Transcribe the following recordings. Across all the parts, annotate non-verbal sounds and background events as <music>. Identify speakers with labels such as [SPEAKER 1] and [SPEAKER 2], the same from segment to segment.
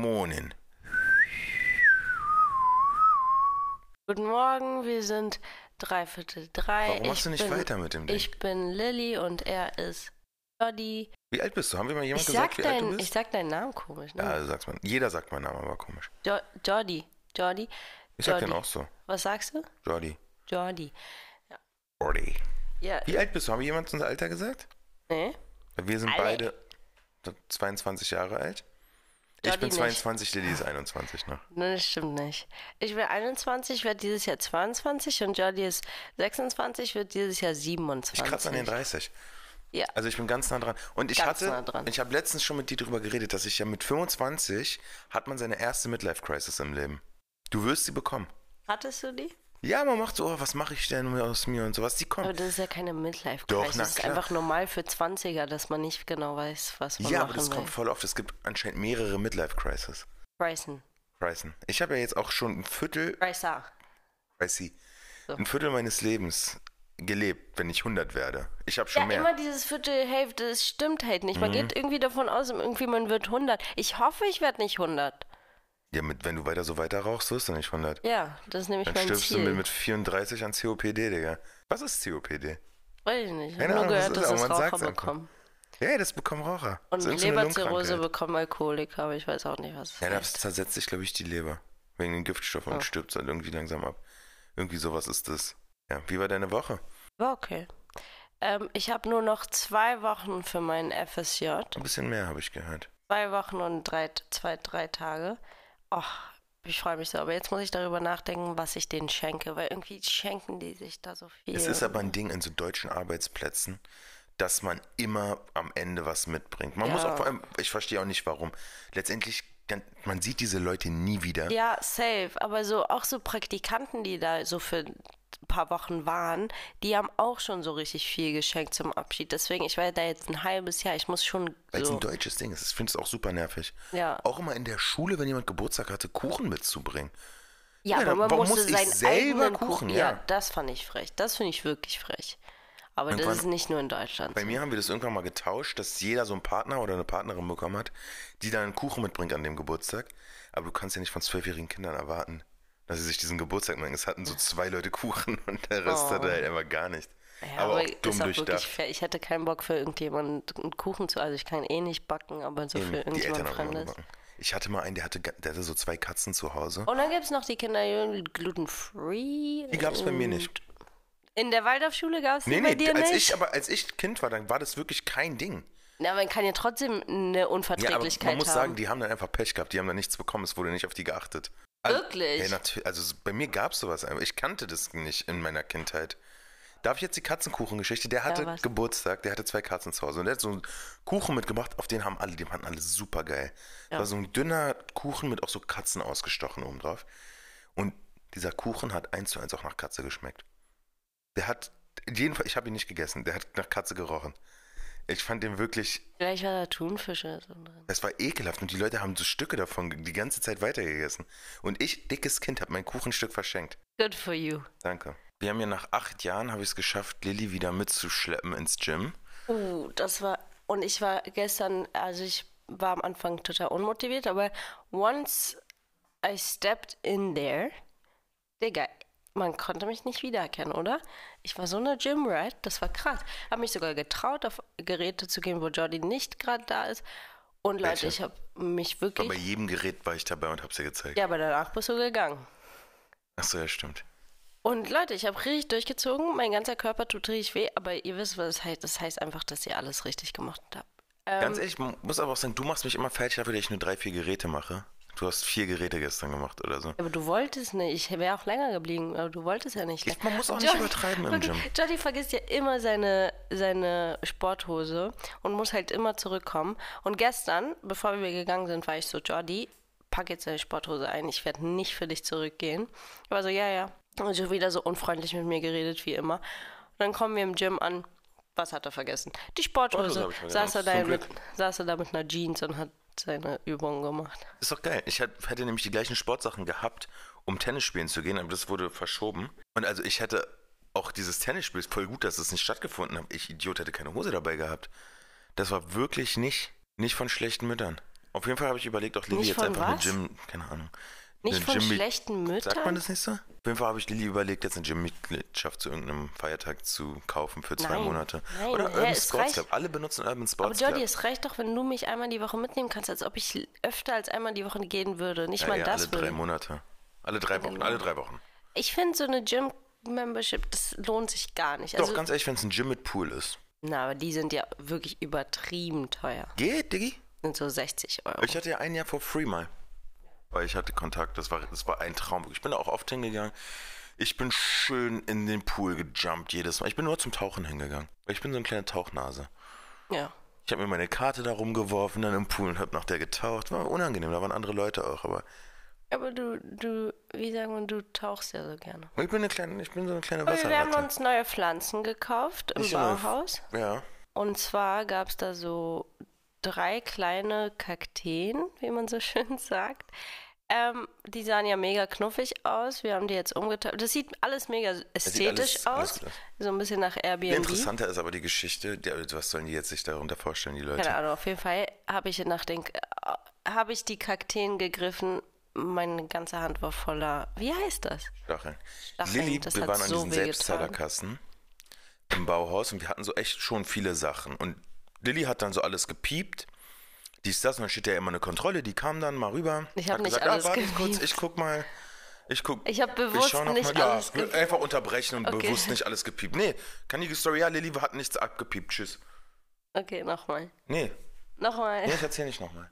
[SPEAKER 1] Melonen.
[SPEAKER 2] Guten Morgen, wir sind dreiviertel drei.
[SPEAKER 1] Warum machst
[SPEAKER 2] Ich
[SPEAKER 1] du nicht
[SPEAKER 2] bin,
[SPEAKER 1] weiter mit dem Ding?
[SPEAKER 2] Ich bin Lilly und er ist Joddy.
[SPEAKER 1] wie alt bist du? Haben wir mal jemand
[SPEAKER 2] Ich
[SPEAKER 1] gesagt,
[SPEAKER 2] sag,
[SPEAKER 1] wie alt du
[SPEAKER 2] dein, ich
[SPEAKER 1] bist?
[SPEAKER 2] sag deinen Namen komisch,
[SPEAKER 1] ja,
[SPEAKER 2] ne?
[SPEAKER 1] du sagst man. Jeder sagt meinen Namen, aber komisch.
[SPEAKER 2] Jo Joddy. Joddy.
[SPEAKER 1] Ich sag
[SPEAKER 2] Jordi.
[SPEAKER 1] den auch so.
[SPEAKER 2] Was sagst du?
[SPEAKER 1] Jordi.
[SPEAKER 2] Joddy.
[SPEAKER 1] Jordi.
[SPEAKER 2] Ja,
[SPEAKER 1] Wie alt bist du? Haben wir jemand unser Alter gesagt?
[SPEAKER 2] ne?
[SPEAKER 1] Wir sind
[SPEAKER 2] Alle.
[SPEAKER 1] beide 22 Jahre alt. ich
[SPEAKER 2] Jordi
[SPEAKER 1] bin
[SPEAKER 2] nicht.
[SPEAKER 1] 22, Lilly ist ne? 21 noch.
[SPEAKER 2] Nein, das stimmt nicht. Ich bin 21, werde dieses Jahr 22 und Joddy ist 26, wird dieses Jahr 27.
[SPEAKER 1] Ich kratze an den 30.
[SPEAKER 2] Ja.
[SPEAKER 1] Also ich bin ganz nah dran. Und ich
[SPEAKER 2] Ganz
[SPEAKER 1] hatte,
[SPEAKER 2] nah dran.
[SPEAKER 1] ich habe letztens schon mit dir darüber geredet, dass ich ja mit 25 hat man seine erste Midlife-Crisis im Leben. Du wirst sie bekommen.
[SPEAKER 2] Hattest du
[SPEAKER 1] Hm.
[SPEAKER 2] die?
[SPEAKER 1] Ja, man macht so, oh, was mache ich denn aus mir und sowas. Die
[SPEAKER 2] Aber
[SPEAKER 1] kommt.
[SPEAKER 2] das ist ja keine midlife
[SPEAKER 1] Doch,
[SPEAKER 2] crisis
[SPEAKER 1] na
[SPEAKER 2] Das ist
[SPEAKER 1] klar.
[SPEAKER 2] einfach normal für 20er, dass man nicht genau weiß, was man
[SPEAKER 1] Ja, aber
[SPEAKER 2] machen
[SPEAKER 1] das kommt
[SPEAKER 2] will.
[SPEAKER 1] voll oft. Es gibt anscheinend mehrere Midlife-Crisis.
[SPEAKER 2] Bryson.
[SPEAKER 1] Crisis. Ich habe ja jetzt auch schon ein Viertel,
[SPEAKER 2] Brysa.
[SPEAKER 1] Crisis,
[SPEAKER 2] So.
[SPEAKER 1] ein Viertel meines Lebens gelebt, wenn ich 100 werde. Ich habe schon
[SPEAKER 2] Ja,
[SPEAKER 1] mehr. Mhm.
[SPEAKER 2] immer dieses Viertel, Hälfte, das stimmt halt nicht. Man geht irgendwie davon aus, irgendwie man wird 100. Ich hoffe, ich werde nicht 100.
[SPEAKER 1] Ja, mit, wenn du weiter so weiter rauchst, wirst du nicht 100.
[SPEAKER 2] Ja, das ist nämlich
[SPEAKER 1] Dann
[SPEAKER 2] mein
[SPEAKER 1] stirbst du
[SPEAKER 2] Ziel.
[SPEAKER 1] mit, mit 34 an COPD, Digga. Was ist COPD?
[SPEAKER 2] Weiß ich nicht. Ich
[SPEAKER 1] Keine
[SPEAKER 2] habe nur
[SPEAKER 1] Ahnung, was ist,
[SPEAKER 2] gehört, dass
[SPEAKER 1] aber
[SPEAKER 2] es
[SPEAKER 1] man sagt's
[SPEAKER 2] Raucher
[SPEAKER 1] einfach.
[SPEAKER 2] bekommen.
[SPEAKER 1] Ja, das bekommen Raucher. Das
[SPEAKER 2] Und
[SPEAKER 1] ist irgendeine
[SPEAKER 2] Leberzirrhose
[SPEAKER 1] Lungenkrankheit.
[SPEAKER 2] bekommen Alkoholiker, aber ich weiß auch nicht, was es
[SPEAKER 1] Ja,
[SPEAKER 2] ja,
[SPEAKER 1] da
[SPEAKER 2] ist.
[SPEAKER 1] zersetzt sich, glaube ich, die Leber. Wegen den Giftstoffen
[SPEAKER 2] Oh.
[SPEAKER 1] und stirbt dann irgendwie langsam ab. Irgendwie sowas ist das. Ja, wie war deine Woche?
[SPEAKER 2] War okay. Ähm, ich habe nur noch zwei Wochen für meinen FSJ.
[SPEAKER 1] Ein bisschen mehr habe ich gehört.
[SPEAKER 2] Zwei Wochen und drei, zwei, drei Tage. Och, ich freue mich so. Aber jetzt muss ich darüber nachdenken, was ich denen schenke, weil irgendwie schenken die sich da so viel.
[SPEAKER 1] Es ist aber ein Ding in so deutschen Arbeitsplätzen, dass man immer am Ende was mitbringt. Man muss
[SPEAKER 2] Ja.
[SPEAKER 1] auch vor allem, ich verstehe auch nicht warum. Letztendlich, dann- man sieht diese Leute nie wieder.
[SPEAKER 2] Ja, safe. Aber so auch so Praktikanten, die da so für ein paar Wochen waren, die haben auch schon so richtig viel geschenkt zum Abschied. Deswegen, ich war ja da jetzt ein halbes Jahr. Ich muss schon
[SPEAKER 1] Weil es
[SPEAKER 2] so.
[SPEAKER 1] ein deutsches Ding ist. Ich finde es auch super nervig.
[SPEAKER 2] Ja.
[SPEAKER 1] Auch immer in der Schule, wenn jemand Geburtstag hatte, Kuchen mitzubringen. Ja,
[SPEAKER 2] Ja, aber
[SPEAKER 1] dann-
[SPEAKER 2] man
[SPEAKER 1] warum
[SPEAKER 2] musste
[SPEAKER 1] muss ich
[SPEAKER 2] seinen
[SPEAKER 1] selber
[SPEAKER 2] eigenen
[SPEAKER 1] Kuchen,
[SPEAKER 2] Kuchen.
[SPEAKER 1] ja.
[SPEAKER 2] das fand ich frech. Das finde ich wirklich frech. Aber das
[SPEAKER 1] Irgendwann-
[SPEAKER 2] ist nicht nur in Deutschland.
[SPEAKER 1] Bei
[SPEAKER 2] so.
[SPEAKER 1] mir haben wir das irgendwann mal getauscht, dass jeder so einen Partner oder eine Partnerin bekommen hat, die dann einen Kuchen mitbringt an dem Geburtstag. Aber du kannst ja nicht von zwölfjährigen Kindern erwarten, dass sie sich diesen Geburtstag merken. Es hatten so zwei Leute Kuchen und der Rest
[SPEAKER 2] Oh.
[SPEAKER 1] hatte halt einfach gar nichts.
[SPEAKER 2] Ja,
[SPEAKER 1] aber, auch
[SPEAKER 2] ist
[SPEAKER 1] dumm
[SPEAKER 2] auch wirklich
[SPEAKER 1] durchdacht.
[SPEAKER 2] fair. Ich hätte keinen Bock für irgendjemanden einen Kuchen zu. Also ich kann eh nicht backen, aber so für
[SPEAKER 1] Eben, Die Eltern
[SPEAKER 2] irgendjemand
[SPEAKER 1] haben immer
[SPEAKER 2] Fremdes.
[SPEAKER 1] gebacken. Ich hatte mal einen, der hatte, ga- der hatte so zwei Katzen zu Hause.
[SPEAKER 2] Und dann gibt es noch die Kinder gluten-free.
[SPEAKER 1] Die gab es bei mir nicht.
[SPEAKER 2] In der Waldorfschule gab es die
[SPEAKER 1] Nee,
[SPEAKER 2] Oh. bei
[SPEAKER 1] nee,
[SPEAKER 2] dir
[SPEAKER 1] als
[SPEAKER 2] nicht?
[SPEAKER 1] ich, aber als ich Kind war, dann war das wirklich kein Ding.
[SPEAKER 2] Na, man kann ja trotzdem eine
[SPEAKER 1] Ja, aber
[SPEAKER 2] Unverträglichkeit
[SPEAKER 1] man muss
[SPEAKER 2] haben.
[SPEAKER 1] sagen, die haben dann einfach Pech gehabt, die haben dann nichts bekommen, es wurde nicht auf die geachtet. Also-
[SPEAKER 2] Wirklich?
[SPEAKER 1] Ja, natürlich. Also s- bei mir gab es sowas einfach. Ich kannte das nicht in meiner Kindheit. Darf ich jetzt die Katzenkuchengeschichte? Der hatte
[SPEAKER 2] was?
[SPEAKER 1] Geburtstag, der hatte zwei Katzen zu Hause und der hat so einen Kuchen mitgebracht, auf den haben alle, die fanden alle super geil.
[SPEAKER 2] Ja.
[SPEAKER 1] War so ein dünner Kuchen mit auch so Katzen ausgestochen oben drauf. Und dieser Kuchen hat eins zu eins auch nach Katze geschmeckt. Der hat, jedenfalls, ich habe ihn nicht gegessen, der hat nach Katze gerochen. Ich fand den wirklich
[SPEAKER 2] Vielleicht war da Thunfische so drin.
[SPEAKER 1] es war ekelhaft und die Leute haben so Stücke davon ge- die ganze Zeit weitergegessen. Und ich, dickes Kind, habe mein Kuchenstück verschenkt.
[SPEAKER 2] Good for you.
[SPEAKER 1] Danke. Wir haben ja nach acht Jahren, habe ich es geschafft, Lilly wieder mitzuschleppen ins Gym.
[SPEAKER 2] Uh, das war. Und ich war gestern, also ich war am Anfang total unmotiviert, aber once I stepped in there, Digga, man konnte mich nicht wiedererkennen, oder? Ich war so eine Gymrat, das war krass. Hab mich sogar getraut, auf Geräte zu gehen, wo Jordi nicht gerade da ist. Und Leute,
[SPEAKER 1] Welche?
[SPEAKER 2] ich habe mich
[SPEAKER 1] War bei
[SPEAKER 2] wirklich.
[SPEAKER 1] jedem Gerät war ich dabei und habe es ihr gezeigt.
[SPEAKER 2] Ja, aber danach bist du gegangen.
[SPEAKER 1] Achso, ja, stimmt.
[SPEAKER 2] Und Leute, ich habe richtig durchgezogen. Mein ganzer Körper tut richtig weh, aber ihr wisst, was das heißt. Das heißt einfach, dass ihr alles richtig gemacht habt.
[SPEAKER 1] Ganz ehrlich, man muss aber auch sagen, du machst mich immer fertig dafür, dass ich nur drei, vier Geräte mache. Du hast vier Geräte gestern gemacht oder so.
[SPEAKER 2] Aber du wolltest nicht. Ich wäre auch länger geblieben, aber du wolltest ja nicht.
[SPEAKER 1] Ich- man muss auch nicht übertreiben im
[SPEAKER 2] wirklich,
[SPEAKER 1] Gym.
[SPEAKER 2] Jody vergisst ja immer seine, seine Sporthose und muss halt immer zurückkommen. Und gestern, bevor wir gegangen sind, war ich so, Jody, pack jetzt deine Sporthose ein. Ich werde nicht für dich zurückgehen. Ich war so, ja, ja. Und schon wieder so unfreundlich mit mir geredet, wie immer. Und dann kommen wir im Gym an. Was hat er vergessen? Die
[SPEAKER 1] Sporthose
[SPEAKER 2] Sporthose.
[SPEAKER 1] hab ich vergessen.
[SPEAKER 2] Saß er, da
[SPEAKER 1] Zum
[SPEAKER 2] mit,
[SPEAKER 1] Glück.
[SPEAKER 2] saß er da mit einer Jeans und hat seine Übungen gemacht.
[SPEAKER 1] Ist doch geil. Ich hätt- hätte nämlich die gleichen Sportsachen gehabt, um Tennis spielen zu gehen, aber das wurde verschoben. Und also ich hätte auch dieses Tennisspiel, ist voll gut, dass es nicht stattgefunden hat. Ich Idiot hätte keine Hose dabei gehabt. Das war wirklich nicht, nicht von schlechten Müttern. Auf jeden Fall habe ich überlegt, auch Lilly
[SPEAKER 2] Nicht
[SPEAKER 1] jetzt
[SPEAKER 2] von
[SPEAKER 1] einfach
[SPEAKER 2] was?
[SPEAKER 1] eine Gym, keine Ahnung.
[SPEAKER 2] Nicht
[SPEAKER 1] eine
[SPEAKER 2] von
[SPEAKER 1] Gym-
[SPEAKER 2] schlechten Müttern.
[SPEAKER 1] Sagt man das nicht so? Auf jeden Fall habe ich Lilly überlegt, jetzt eine Gymmitgliedschaft zu irgendeinem Feiertag zu kaufen für zwei
[SPEAKER 2] Nein,
[SPEAKER 1] Monate.
[SPEAKER 2] nein,
[SPEAKER 1] Oder
[SPEAKER 2] hä,
[SPEAKER 1] Urban
[SPEAKER 2] es
[SPEAKER 1] Sports
[SPEAKER 2] reicht-
[SPEAKER 1] Club. Alle benutzen Urban
[SPEAKER 2] Aber
[SPEAKER 1] Sports
[SPEAKER 2] Jordi,
[SPEAKER 1] Club.
[SPEAKER 2] es reicht doch, wenn du mich einmal die Woche mitnehmen kannst, als ob ich öfter als einmal die Woche gehen würde. Nicht
[SPEAKER 1] Ja,
[SPEAKER 2] mal
[SPEAKER 1] ja,
[SPEAKER 2] das genau.
[SPEAKER 1] alle drei
[SPEAKER 2] würde.
[SPEAKER 1] Monate. Alle drei Wochen, alle drei Wochen.
[SPEAKER 2] Ich finde so eine Gym-Membership, das lohnt sich gar nicht.
[SPEAKER 1] Doch,
[SPEAKER 2] Also,
[SPEAKER 1] ganz ehrlich, wenn es ein Gym mit Pool ist.
[SPEAKER 2] na, aber die sind ja wirklich übertrieben teuer.
[SPEAKER 1] Geht, Diggi?
[SPEAKER 2] Sind so 60 Euro.
[SPEAKER 1] Ich hatte ja ein Jahr for free mal. Weil ich hatte Kontakt, das war, das war ein Traum. Ich bin da auch oft hingegangen. Ich bin schön in den Pool gejumpt jedes Mal. Ich bin nur zum Tauchen hingegangen. Ich bin so eine kleine Tauchnase.
[SPEAKER 2] ja.
[SPEAKER 1] Ich habe mir meine Karte da rumgeworfen, dann im Pool und habe nach der getaucht. War unangenehm, da waren andere Leute auch, aber
[SPEAKER 2] Aber du, du, wie sagen wir, du tauchst ja so gerne.
[SPEAKER 1] ich bin eine kleine, ich bin so eine kleine
[SPEAKER 2] Aber Also, wir haben
[SPEAKER 1] Wasserratte.
[SPEAKER 2] uns neue Pflanzen gekauft im
[SPEAKER 1] Nicht so eine-
[SPEAKER 2] Bauhaus.
[SPEAKER 1] Ja,
[SPEAKER 2] Und zwar gab es da so drei kleine Kakteen, wie man so <laughs> schön sagt. Ähm, die sahen ja mega knuffig aus. Wir haben die jetzt umgetaucht. Das sieht alles mega
[SPEAKER 1] sieht alles- alles
[SPEAKER 2] ästhetisch aus.
[SPEAKER 1] gut aus.
[SPEAKER 2] so ein bisschen nach Airbnb.
[SPEAKER 1] interessanter ist aber die Geschichte. Die, was sollen die jetzt sich darunter vorstellen, die Leute?
[SPEAKER 2] Keine Ahnung, auf jeden Fall habe ich nach den, äh, habe ich die Kakteen gegriffen. Meine ganze Hand war voller. Wie heißt das?
[SPEAKER 1] Stacheln.
[SPEAKER 2] Stacheln,
[SPEAKER 1] Lilly,
[SPEAKER 2] das
[SPEAKER 1] wir
[SPEAKER 2] hat
[SPEAKER 1] waren an
[SPEAKER 2] so
[SPEAKER 1] diesen
[SPEAKER 2] wehgetan.
[SPEAKER 1] Selbstzahlerkassen im Bauhaus und wir hatten so echt schon viele Sachen. Und Lilly hat dann so alles gepiept. Dies, das, und dann steht ja immer eine Kontrolle, die kam dann mal rüber.
[SPEAKER 2] Ich hab
[SPEAKER 1] hat
[SPEAKER 2] nicht
[SPEAKER 1] gesagt,
[SPEAKER 2] alles
[SPEAKER 1] ah, warte kurz,
[SPEAKER 2] gepiept.
[SPEAKER 1] ich guck mal. Ich guck.
[SPEAKER 2] Ich hab bewusst
[SPEAKER 1] schau noch
[SPEAKER 2] nicht
[SPEAKER 1] mal,
[SPEAKER 2] alles
[SPEAKER 1] ja,
[SPEAKER 2] gepiept.
[SPEAKER 1] Einfach unterbrechen und
[SPEAKER 2] Okay.
[SPEAKER 1] bewusst nicht alles gepiept. Nee, kann die Story, ja, Lilly, wir hatten nichts abgepiept, tschüss.
[SPEAKER 2] Okay, nochmal.
[SPEAKER 1] Nee,
[SPEAKER 2] Nochmal.
[SPEAKER 1] nee ich erzähl nicht nochmal.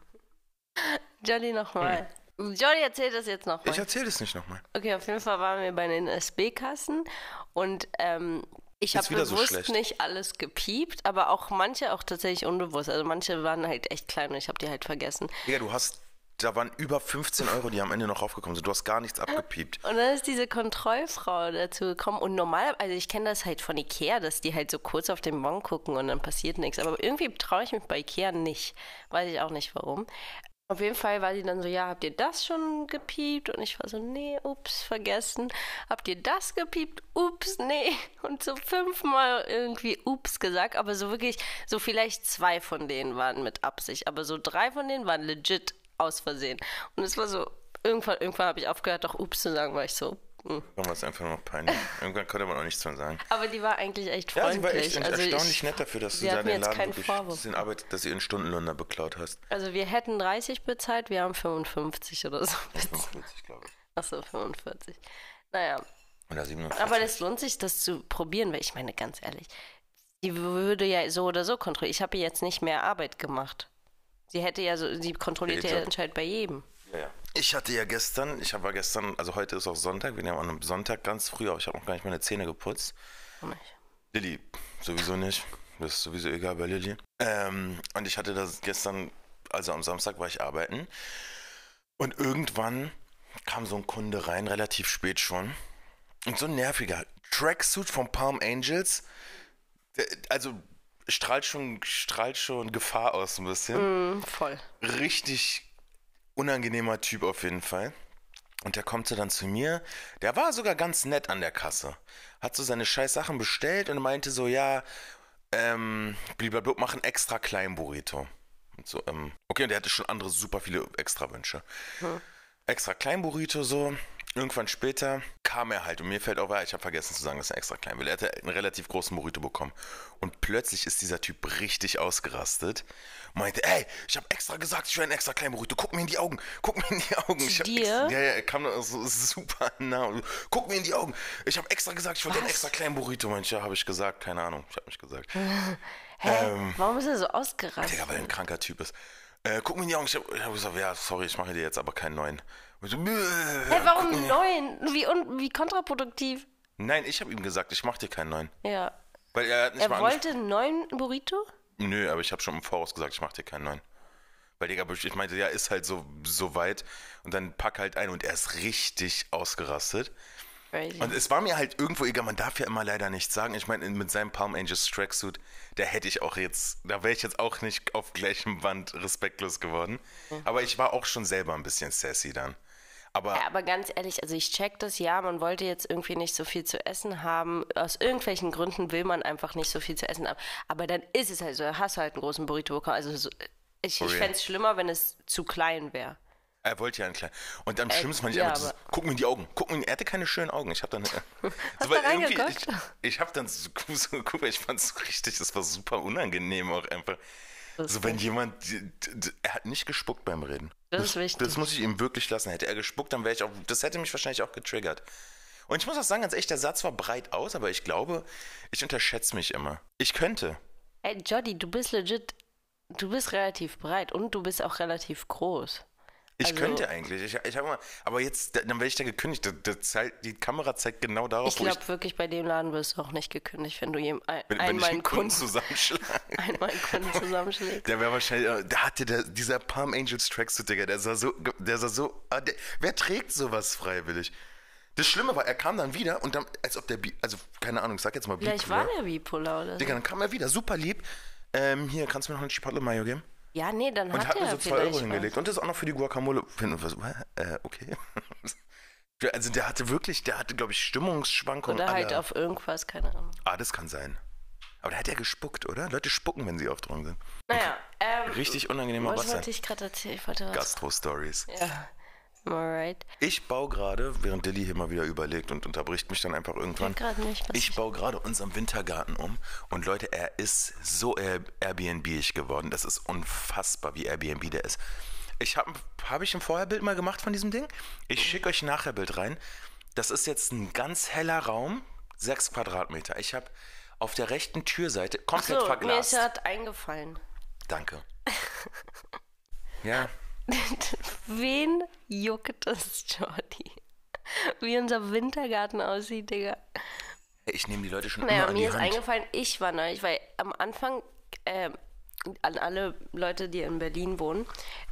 [SPEAKER 2] Jolly nochmal.
[SPEAKER 1] Hm.
[SPEAKER 2] Jolly erzählt das jetzt nochmal.
[SPEAKER 1] Ich erzähl das nicht nochmal.
[SPEAKER 2] Okay, auf jeden Fall waren wir bei den SB-Kassen und ähm, ich
[SPEAKER 1] Ist
[SPEAKER 2] habe
[SPEAKER 1] wieder so
[SPEAKER 2] bewusst
[SPEAKER 1] schlecht.
[SPEAKER 2] nicht alles gepiept, aber auch manche auch tatsächlich unbewusst. Also manche waren halt echt klein und ich habe die halt vergessen.
[SPEAKER 1] Digga, du hast, da waren über 15 Euro, die am Ende noch raufgekommen sind. Du hast gar nichts abgepiept.
[SPEAKER 2] Und dann ist diese Kontrollfrau dazu gekommen und normal, also ich kenne das halt von Ikea, dass die halt so kurz auf den Bon gucken und dann passiert nichts. Aber irgendwie traue ich mich bei Ikea nicht. Weiß ich auch nicht warum. Auf jeden Fall war sie dann so, ja, habt ihr das schon gepiept? Und ich war so, nee, ups, vergessen. Habt ihr das gepiept? Ups, nee. Und so fünfmal irgendwie ups gesagt, aber so wirklich, so vielleicht zwei von denen waren mit Absicht, aber so drei von denen waren legit aus Versehen. Und es war so, irgendwann, irgendwann habe ich aufgehört, doch ups zu sagen, weil ich so. hm.
[SPEAKER 1] Irgendwann war es einfach nur noch
[SPEAKER 2] <laughs>
[SPEAKER 1] peinlich. Irgendwann konnte man auch nichts mehr sagen.
[SPEAKER 2] Aber die war eigentlich echt
[SPEAKER 1] Ja,
[SPEAKER 2] freundlich.
[SPEAKER 1] sie war echt
[SPEAKER 2] also
[SPEAKER 1] erstaunlich
[SPEAKER 2] ich,
[SPEAKER 1] nett dafür, dass du
[SPEAKER 2] sie hat
[SPEAKER 1] da
[SPEAKER 2] mir
[SPEAKER 1] den
[SPEAKER 2] jetzt
[SPEAKER 1] Laden
[SPEAKER 2] keinen
[SPEAKER 1] wirklich
[SPEAKER 2] Vorwurf
[SPEAKER 1] den Arbeit, dass du ihren Stundenlohn da beklaut hast.
[SPEAKER 2] Also wir hätten 30 bezahlt, wir haben 55 oder
[SPEAKER 1] <laughs>
[SPEAKER 2] so.
[SPEAKER 1] 45, glaube ich.
[SPEAKER 2] Achso, 45. Naja,
[SPEAKER 1] Oder 47.
[SPEAKER 2] aber das lohnt sich, das zu probieren, weil ich meine, ganz ehrlich, die würde ja so oder so kontrollieren. Ich habe ihr jetzt nicht mehr Arbeit gemacht. Sie hätte ja so, sie kontrolliert
[SPEAKER 1] Den
[SPEAKER 2] ja
[SPEAKER 1] Job.
[SPEAKER 2] anscheinend bei jedem.
[SPEAKER 1] ja, ja. Ich hatte ja gestern, ich war gestern, also heute ist auch Sonntag, wir nehmen an einem Sonntag ganz früh auf. Ich habe noch gar nicht meine Zähne geputzt. Lilly, sowieso nicht. Das ist sowieso egal bei Lilly. Ähm, und ich hatte das gestern, also am Samstag war ich arbeiten. Und irgendwann kam so ein Kunde rein, relativ spät schon. Und so ein nerviger Tracksuit von Palm Angels. Der, also strahlt schon, strahlt schon Gefahr aus ein bisschen
[SPEAKER 2] Hm, voll.
[SPEAKER 1] richtig unangenehmer Typ auf jeden Fall. Und der kommt so dann zu mir. Der war sogar ganz nett an der Kasse. Hat so seine scheiß Sachen bestellt und meinte so, ja, ähm, blablabla, mach einen extra kleinen Burrito. Und so, ähm, okay, und der hatte schon andere super viele Extrawünsche. Extra kleinen Burrito so. Irgendwann später kam er halt und mir fällt auch, ja, ich habe vergessen zu sagen, dass er extra klein will. Er hätte einen relativ großen Burrito bekommen. Und plötzlich ist dieser Typ richtig ausgerastet. Meinte, ey, ich habe extra gesagt, ich will einen extra kleinen Burrito. Guck mir in die Augen. Guck mir in die Augen. ich hab
[SPEAKER 2] dir?
[SPEAKER 1] Extra, ja, ja, er kam da so <laughs> super nah. und, Guck mir in die Augen. Ich habe extra gesagt, ich wollte einen
[SPEAKER 2] Was? Hm.
[SPEAKER 1] extra kleinen Burrito. Manche ja, habe ich gesagt, keine Ahnung. Ich habe nicht gesagt.
[SPEAKER 2] Hä?
[SPEAKER 1] Ähm,
[SPEAKER 2] Warum ist er so ausgerastet?
[SPEAKER 1] Digga, weil er ein kranker Typ ist. Äh, guck mir in die Augen. Ich habe hab gesagt, ja, sorry, ich mache dir jetzt aber keinen neuen. Und so,
[SPEAKER 2] Hä, warum neun? Wie, un wie kontraproduktiv.
[SPEAKER 1] Nein, ich habe ihm gesagt, ich mache dir keinen neuen.
[SPEAKER 2] Ja.
[SPEAKER 1] Weil er hat nicht
[SPEAKER 2] Er
[SPEAKER 1] mal
[SPEAKER 2] wollte einen neuen Burrito?
[SPEAKER 1] angespr- Nö, aber ich habe schon im Voraus gesagt, ich mache dir keinen neuen. Weil Digga, ich meinte, ja, ist halt so, so weit. Und dann pack halt ein und er ist richtig ausgerastet.
[SPEAKER 2] Crazy.
[SPEAKER 1] Und es war mir halt irgendwo egal, man darf ja immer leider nichts sagen. Ich meine, mit seinem Palm Angels Tracksuit, da hätte ich auch jetzt, da wäre ich jetzt auch nicht auf gleichem Band respektlos geworden. Aber ich war auch schon selber ein bisschen sassy dann. Aber
[SPEAKER 2] Ja, aber ganz ehrlich, also ich check das ja, man wollte jetzt irgendwie nicht so viel zu essen haben. Aus irgendwelchen Gründen will man einfach nicht so viel zu essen haben. Aber dann ist es halt so, hast du halt einen großen Burrito bekommen. Also so, Ich,
[SPEAKER 1] For
[SPEAKER 2] ich
[SPEAKER 1] real.
[SPEAKER 2] fände es schlimmer, wenn es zu klein wäre.
[SPEAKER 1] Er wollte ja einen kleinen. Und am schlimmsten fand ich
[SPEAKER 2] Äh, ja,
[SPEAKER 1] einfach dieses, guck mir in die Augen, guck mir in, er hatte keine schönen Augen. Ich
[SPEAKER 2] <laughs>
[SPEAKER 1] habe dann. so, weil
[SPEAKER 2] da
[SPEAKER 1] irgendwie-
[SPEAKER 2] reingeguckt?
[SPEAKER 1] Ich, ich habe dann so, so geguckt, weil ich fand es richtig, das war super unangenehm auch einfach. So, wenn jemand. d- d- Er hat nicht gespuckt beim Reden.
[SPEAKER 2] Das ist wichtig.
[SPEAKER 1] Das muss ich ihm wirklich lassen. Hätte er gespuckt, dann wäre ich auch. Das hätte mich wahrscheinlich auch getriggert. Und ich muss auch sagen, ganz echt, der Satz war breit aus, aber ich glaube, ich unterschätze mich immer. Ich könnte.
[SPEAKER 2] Ey, Jody, du bist legit, du bist relativ breit und du bist auch relativ groß.
[SPEAKER 1] Ich
[SPEAKER 2] Also-
[SPEAKER 1] könnte eigentlich. Ich, ich habe mal. Aber jetzt, dann werde ich da gekündigt. Das, das, zeigt- die Kamera zeigt genau darauf,
[SPEAKER 2] Ich glaube wirklich, bei dem Laden wirst du auch nicht gekündigt, wenn du jedem ein,
[SPEAKER 1] Wenn, wenn ich
[SPEAKER 2] einmal einen
[SPEAKER 1] einen Kunden
[SPEAKER 2] Kunden,
[SPEAKER 1] zusammenschlage.
[SPEAKER 2] <laughs> einmal einen
[SPEAKER 1] <laughs>
[SPEAKER 2] Kunden zusammenschlägst.
[SPEAKER 1] Der wäre wahrscheinlich, äh, der hatte der, dieser Palm Angels Tracksuit, Digga, der sah so, der sah so, ah, der, wer trägt sowas freiwillig? Das Schlimme war, er kam dann wieder und dann, als ob der, Bi also keine Ahnung, ich sag jetzt mal
[SPEAKER 2] Vielleicht
[SPEAKER 1] bipolar.
[SPEAKER 2] war der bipolar oder so.
[SPEAKER 1] Digga, dann kam er wieder, super lieb. Ähm, hier, kannst du mir noch einen Chipotle Mayo geben?
[SPEAKER 2] Ja, nee, dann
[SPEAKER 1] Und
[SPEAKER 2] hat
[SPEAKER 1] hat mir
[SPEAKER 2] er
[SPEAKER 1] so 2
[SPEAKER 2] vielleicht
[SPEAKER 1] Euro hingelegt. Und das auch noch für die Guacamole. Und was, hä? äh, okay. <laughs> Also der hatte wirklich, der hatte, glaube ich,
[SPEAKER 2] was.
[SPEAKER 1] Stimmungsschwankungen.
[SPEAKER 2] Oder halt
[SPEAKER 1] aller-
[SPEAKER 2] auf irgendwas, keine Ahnung.
[SPEAKER 1] ah, das kann sein. Aber da hat er gespuckt, oder? Leute spucken, wenn sie aufdrungen sind.
[SPEAKER 2] Naja, ähm,
[SPEAKER 1] Richtig unangenehmer
[SPEAKER 2] was
[SPEAKER 1] Wasser.
[SPEAKER 2] wollte ich gerade erzählen? Ich wollte was.
[SPEAKER 1] Gastro-Stories.
[SPEAKER 2] Ja, alright.
[SPEAKER 1] Ich baue gerade, während Dilly hier mal wieder überlegt und unterbricht mich dann einfach irgendwann.
[SPEAKER 2] Ich hab grad nicht, was
[SPEAKER 1] ich
[SPEAKER 2] ich-
[SPEAKER 1] baue gerade unseren Wintergarten um und Leute, er ist so Air- Airbnb-ig geworden. Das ist unfassbar, wie Airbnb der ist. Ich habe hab ich ein Vorherbild mal gemacht von diesem Ding? Ich schicke euch ein Nachherbild rein. Das ist jetzt ein ganz heller Raum, sechs Quadratmeter. Ich habe auf der rechten Türseite komplett
[SPEAKER 2] So, mir ist
[SPEAKER 1] verglast.
[SPEAKER 2] gerade eingefallen. <laughs>
[SPEAKER 1] Danke. ja.
[SPEAKER 2] Wen juckt es, Jordi? <laughs> Wie unser Wintergarten aussieht, Digga.
[SPEAKER 1] Ich nehme die Leute schon
[SPEAKER 2] Naja,
[SPEAKER 1] immer an
[SPEAKER 2] mir
[SPEAKER 1] die
[SPEAKER 2] ist
[SPEAKER 1] Hand.
[SPEAKER 2] eingefallen, ich war neulich, weil am Anfang ähm, an alle Leute, die in Berlin wohnen,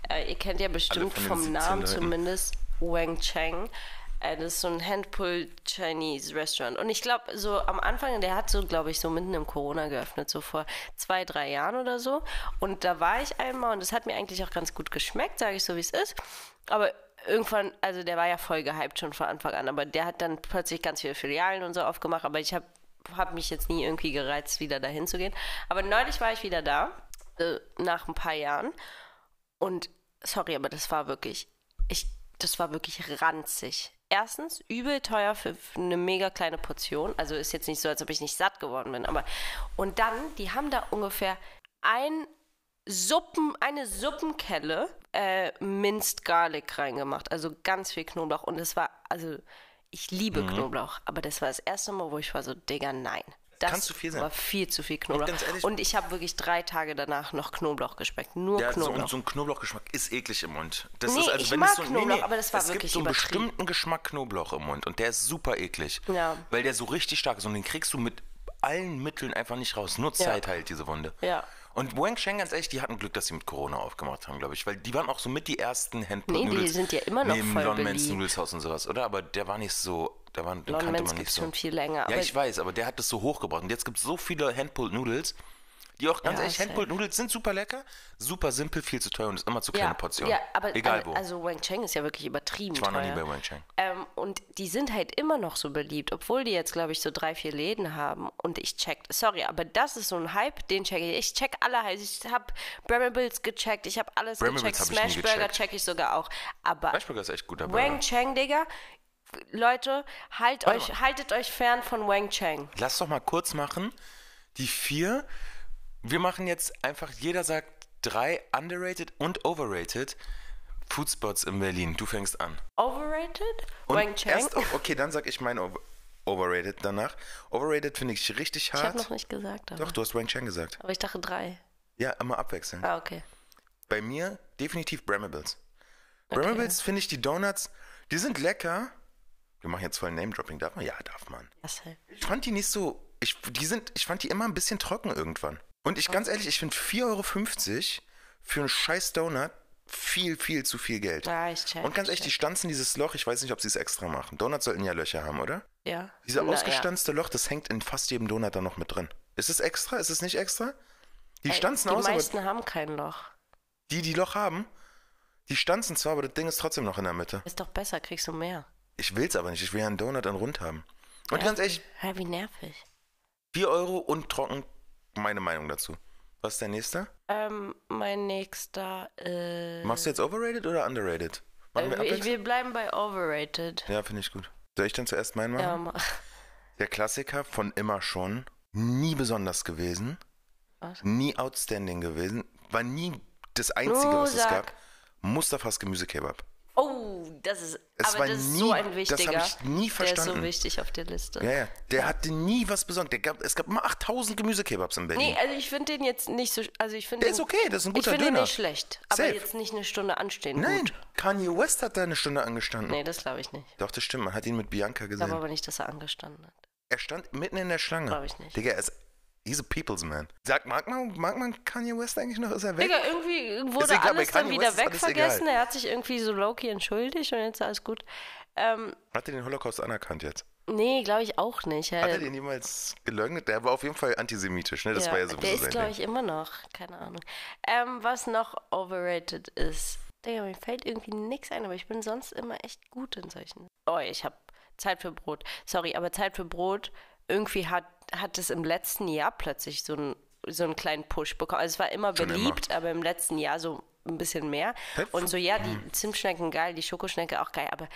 [SPEAKER 2] äh, ihr kennt ja bestimmt
[SPEAKER 1] von den
[SPEAKER 2] vom
[SPEAKER 1] 17
[SPEAKER 2] Namen
[SPEAKER 1] Leuten.
[SPEAKER 2] zumindest Wang Cheng. Äh, das ist so ein Handpull Chinese Restaurant. Und ich glaube, so am Anfang, der hat so, glaube ich, so mitten im Corona geöffnet, so vor zwei, drei Jahren oder so. Und da war ich einmal und es hat mir eigentlich auch ganz gut geschmeckt, sage ich so, wie es ist. Aber irgendwann, also der war ja voll gehypt schon von Anfang an, aber der hat dann plötzlich ganz viele Filialen und so aufgemacht, aber ich habe hab mich jetzt nie irgendwie gereizt, wieder dahin zu gehen. Aber neulich war ich wieder da, äh, nach ein paar Jahren. Und sorry, aber das war wirklich, ich, das war wirklich ranzig. Erstens, übel teuer für für eine mega kleine Portion. Also ist jetzt nicht so, als ob ich nicht satt geworden bin. Aber und dann, die haben da ungefähr ein Suppen, eine Suppenkelle äh, Minced Garlic reingemacht. Also ganz viel Knoblauch. Und es war, also ich
[SPEAKER 1] Mhm.
[SPEAKER 2] liebe Knoblauch, aber das war das erste Mal, wo ich war so, Digga, nein. Das
[SPEAKER 1] Kannst du viel sein.
[SPEAKER 2] war viel zu viel Knoblauch.
[SPEAKER 1] ganz ehrlich-
[SPEAKER 2] Und ich habe wirklich drei Tage danach noch Knoblauch geschmeckt. Nur
[SPEAKER 1] Ja, so,
[SPEAKER 2] Knoblauch.
[SPEAKER 1] und so ein Knoblauchgeschmack ist eklig im Mund. Das
[SPEAKER 2] Nee,
[SPEAKER 1] ist, also,
[SPEAKER 2] ich
[SPEAKER 1] wenn
[SPEAKER 2] mag
[SPEAKER 1] es so,
[SPEAKER 2] Knoblauch, aber das war
[SPEAKER 1] es gibt
[SPEAKER 2] wirklich
[SPEAKER 1] so einen
[SPEAKER 2] übertrieben.
[SPEAKER 1] bestimmten Geschmack Knoblauch im Mund und der ist super eklig.
[SPEAKER 2] Ja.
[SPEAKER 1] Weil der so richtig stark ist und den kriegst du mit allen Mitteln einfach nicht raus. Nur Zeit heilt diese Wunde.
[SPEAKER 2] Ja.
[SPEAKER 1] Und Wang Sheng, ganz ehrlich, die hatten Glück, dass sie mit Corona aufgemacht haben, glaube ich. Weil die waren auch so mit die ersten Handpot
[SPEAKER 2] Nee, die
[SPEAKER 1] Noodles.
[SPEAKER 2] sind ja immer noch
[SPEAKER 1] Neben
[SPEAKER 2] voll
[SPEAKER 1] Lon Man's
[SPEAKER 2] beliebt.
[SPEAKER 1] Noodles House und sowas, oder? Aber der war nicht so, der war, den
[SPEAKER 2] Lon
[SPEAKER 1] kannte man
[SPEAKER 2] Mans
[SPEAKER 1] nicht
[SPEAKER 2] gibt's
[SPEAKER 1] so.
[SPEAKER 2] schon viel länger.
[SPEAKER 1] Ja,
[SPEAKER 2] aber
[SPEAKER 1] ich weiß, aber der hat das so hochgebracht. Und jetzt gibt es so viele Handpulled Noodles, die auch ganz
[SPEAKER 2] Ja,
[SPEAKER 1] ehrlich,
[SPEAKER 2] safe.
[SPEAKER 1] Handpulled Noodles sind super lecker, super simpel, viel zu teuer und ist immer zu kleine
[SPEAKER 2] ja,
[SPEAKER 1] Portionen.
[SPEAKER 2] Ja, aber
[SPEAKER 1] Egal
[SPEAKER 2] aber-
[SPEAKER 1] wo.
[SPEAKER 2] also Wang Cheng ist ja wirklich übertrieben.
[SPEAKER 1] ich war noch
[SPEAKER 2] teuer.
[SPEAKER 1] nie bei Wang Cheng.
[SPEAKER 2] Ähm, und die sind halt immer noch so beliebt, obwohl die jetzt, glaube ich, so drei, vier Läden haben. Und ich check, sorry, aber das ist so ein Hype, den check ich. Ich check alle Hypes. Ich habe Bramables gecheckt, ich habe alles
[SPEAKER 1] Bramables
[SPEAKER 2] gecheckt.
[SPEAKER 1] hab ich nie
[SPEAKER 2] Smashburger
[SPEAKER 1] gecheckt.
[SPEAKER 2] check ich sogar auch. Aber
[SPEAKER 1] Fleischburger ist echt gut dabei.
[SPEAKER 2] Wang Cheng, Digga, Leute, halt euch, haltet euch fern von Wang Cheng.
[SPEAKER 1] Lass doch mal kurz machen, die vier. Wir machen jetzt einfach, jeder sagt drei underrated und overrated Foodspots in Berlin. Du fängst an.
[SPEAKER 2] Overrated?
[SPEAKER 1] Und
[SPEAKER 2] Wang Cheng?
[SPEAKER 1] erst- okay, dann sag ich meine over overrated danach. Overrated finde ich richtig
[SPEAKER 2] Ich habe
[SPEAKER 1] hart.
[SPEAKER 2] noch nicht gesagt, aber,
[SPEAKER 1] Doch, du hast Wang Cheng gesagt.
[SPEAKER 2] aber ich dachte drei.
[SPEAKER 1] Ja, immer abwechseln.
[SPEAKER 2] Ah, okay.
[SPEAKER 1] Bei mir definitiv Bramables. Bramables finde ich die Donuts, die sind lecker. Wir machen jetzt voll Name-Dropping, darf man? Ja, darf man.
[SPEAKER 2] Das halt.
[SPEAKER 1] Ich fand die nicht so, ich, die sind, ich fand die immer ein bisschen trocken irgendwann. Und ich, ganz ehrlich, ich finde 4,50 Euro für einen scheiß Donut viel, viel zu viel Geld.
[SPEAKER 2] Ja, ich check.
[SPEAKER 1] Und ganz ehrlich, die stanzen dieses Loch, ich weiß nicht, ob sie es extra machen. Donuts sollten ja Löcher haben, oder?
[SPEAKER 2] ja.
[SPEAKER 1] Dieser
[SPEAKER 2] Na,
[SPEAKER 1] ausgestanzte Loch, das hängt in fast jedem Donut da noch mit drin. Ist es extra? Ist es nicht extra? Die
[SPEAKER 2] Ja.
[SPEAKER 1] stanzen
[SPEAKER 2] die
[SPEAKER 1] aus, aber
[SPEAKER 2] meisten haben kein Loch.
[SPEAKER 1] die, die Loch haben, die stanzen zwar, aber das Ding ist trotzdem noch in der Mitte.
[SPEAKER 2] Ist doch besser, kriegst du mehr.
[SPEAKER 1] Ich will's aber nicht. Ich will ja einen Donut an rund haben. Und
[SPEAKER 2] Ja.
[SPEAKER 1] ganz ehrlich,
[SPEAKER 2] Hä, wie nervig.
[SPEAKER 1] 4 Euro und trocken, meine Meinung dazu. Was ist der nächste?
[SPEAKER 2] Ähm, mein nächster ist.
[SPEAKER 1] Machst du jetzt overrated oder underrated? Machen wir
[SPEAKER 2] wir,
[SPEAKER 1] abwechselnd?
[SPEAKER 2] wir bleiben bei overrated.
[SPEAKER 1] Ja, finde ich gut. Soll ich dann zuerst meinen machen?
[SPEAKER 2] Ja, mach.
[SPEAKER 1] Der Klassiker von immer schon. Nie besonders gewesen.
[SPEAKER 2] Was?
[SPEAKER 1] Nie outstanding gewesen. War nie das Einzige,
[SPEAKER 2] Nur
[SPEAKER 1] was es
[SPEAKER 2] sag.
[SPEAKER 1] gab. Mustafas Gemüsekebab.
[SPEAKER 2] <laughs> Oh, das ist.
[SPEAKER 1] Es
[SPEAKER 2] aber
[SPEAKER 1] war
[SPEAKER 2] das ist
[SPEAKER 1] nie-
[SPEAKER 2] so ein
[SPEAKER 1] das hab
[SPEAKER 2] wichtiger.
[SPEAKER 1] ich nie
[SPEAKER 2] Der ist
[SPEAKER 1] verstanden.
[SPEAKER 2] so wichtig auf der Liste.
[SPEAKER 1] Ja, ja. Der hatte nie was Besonderes. Der gab, es gab immer 8000 Gemüsekebabs in Berlin.
[SPEAKER 2] Nee, also ich finde den jetzt nicht so. Also ich finde
[SPEAKER 1] der
[SPEAKER 2] den.
[SPEAKER 1] ist okay, das ist ein
[SPEAKER 2] Ich
[SPEAKER 1] guter
[SPEAKER 2] finde den
[SPEAKER 1] Döner.
[SPEAKER 2] nicht schlecht. Aber
[SPEAKER 1] Safe.
[SPEAKER 2] jetzt nicht eine Stunde anstehen.
[SPEAKER 1] Nein,
[SPEAKER 2] Gut.
[SPEAKER 1] Kanye West hat da eine Stunde angestanden.
[SPEAKER 2] Nee, das glaube ich nicht.
[SPEAKER 1] Doch, das stimmt. Man hat ihn mit Bianca
[SPEAKER 2] Ich glaube
[SPEAKER 1] gesehen.
[SPEAKER 2] aber nicht, dass er angestanden hat.
[SPEAKER 1] Er stand mitten in der Schlange.
[SPEAKER 2] Glaub ich nicht.
[SPEAKER 1] Digga, er ist. He's a people's man. Sagt, mag man, mag man Kanye West eigentlich noch? Ist er weg?
[SPEAKER 2] Digga, irgendwie wurde
[SPEAKER 1] Ist egal,
[SPEAKER 2] alles
[SPEAKER 1] bei
[SPEAKER 2] dann
[SPEAKER 1] Kanye
[SPEAKER 2] wieder
[SPEAKER 1] West ist alles
[SPEAKER 2] wegvergessen. Er hat sich irgendwie so Loki entschuldigt und jetzt ist alles gut. Ähm,
[SPEAKER 1] Hat er den Holocaust anerkannt jetzt?
[SPEAKER 2] nee, glaube ich auch nicht.
[SPEAKER 1] Hat
[SPEAKER 2] Ja,
[SPEAKER 1] er den jemals geleugnet? Der war auf jeden Fall antisemitisch, ne? Das war ja sowieso
[SPEAKER 2] der ist,
[SPEAKER 1] sein
[SPEAKER 2] glaube
[SPEAKER 1] Ding.
[SPEAKER 2] ich, immer noch. Keine Ahnung. Ähm, was noch overrated ist. Digga, mir fällt irgendwie nichts ein, aber ich bin sonst immer echt gut in solchen. Oh, ich habe Zeit für Brot. Sorry, aber Zeit für Brot, irgendwie hat, hat es im letzten Jahr plötzlich so einen so einen kleinen Push bekommen. Also es war immer
[SPEAKER 1] Schon immer.
[SPEAKER 2] beliebt, aber im letzten Jahr so ein bisschen mehr.
[SPEAKER 1] Zeit
[SPEAKER 2] Und
[SPEAKER 1] für-
[SPEAKER 2] so, ja, die Zimtschnecken geil, die Schokoschnecke auch geil, aber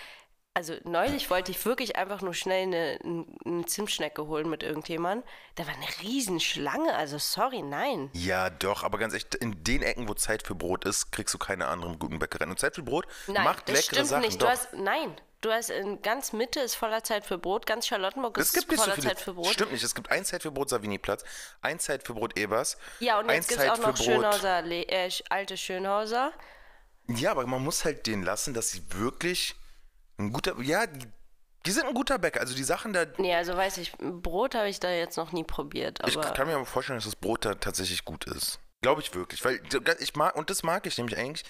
[SPEAKER 2] also neulich wollte ich wirklich einfach nur schnell eine, n- eine Zimtschnecke holen mit irgendjemandem. Da war eine Riesenschlange, also sorry, nein.
[SPEAKER 1] Ja, doch, aber ganz echt, in den Ecken, wo Zeit für Brot ist, kriegst du keine anderen guten Bäckereien. Und Zeit für Brot
[SPEAKER 2] Nein,
[SPEAKER 1] macht
[SPEAKER 2] das
[SPEAKER 1] leckere
[SPEAKER 2] stimmt
[SPEAKER 1] Sachen.
[SPEAKER 2] nicht. Du
[SPEAKER 1] Doch.
[SPEAKER 2] hast, nein, du hast in ganz Mitte ist voller Zeit für Brot, ganz Charlottenburg
[SPEAKER 1] es
[SPEAKER 2] ist
[SPEAKER 1] gibt nicht so
[SPEAKER 2] voller
[SPEAKER 1] viele.
[SPEAKER 2] Zeit für Brot.
[SPEAKER 1] Stimmt nicht. Es gibt ein Zeit für Brot Savini-Platz, ein Zeit für Brot Ebers.
[SPEAKER 2] Ja, und
[SPEAKER 1] ein
[SPEAKER 2] jetzt gibt es
[SPEAKER 1] Zeit
[SPEAKER 2] auch noch
[SPEAKER 1] für Brot.
[SPEAKER 2] Schönhauser, Le- äh, alte Schönhauser.
[SPEAKER 1] Ja, aber man muss halt denen lassen, dass sie wirklich ein guter. Ja, die, die sind ein guter Bäcker. Also die Sachen da.
[SPEAKER 2] Nee, also weiß ich, Brot habe ich da jetzt noch nie probiert,
[SPEAKER 1] Ich
[SPEAKER 2] aber
[SPEAKER 1] kann mir aber vorstellen, dass das Brot da tatsächlich gut ist. Glaube ich wirklich. Weil ich mag, und das mag ich nämlich eigentlich.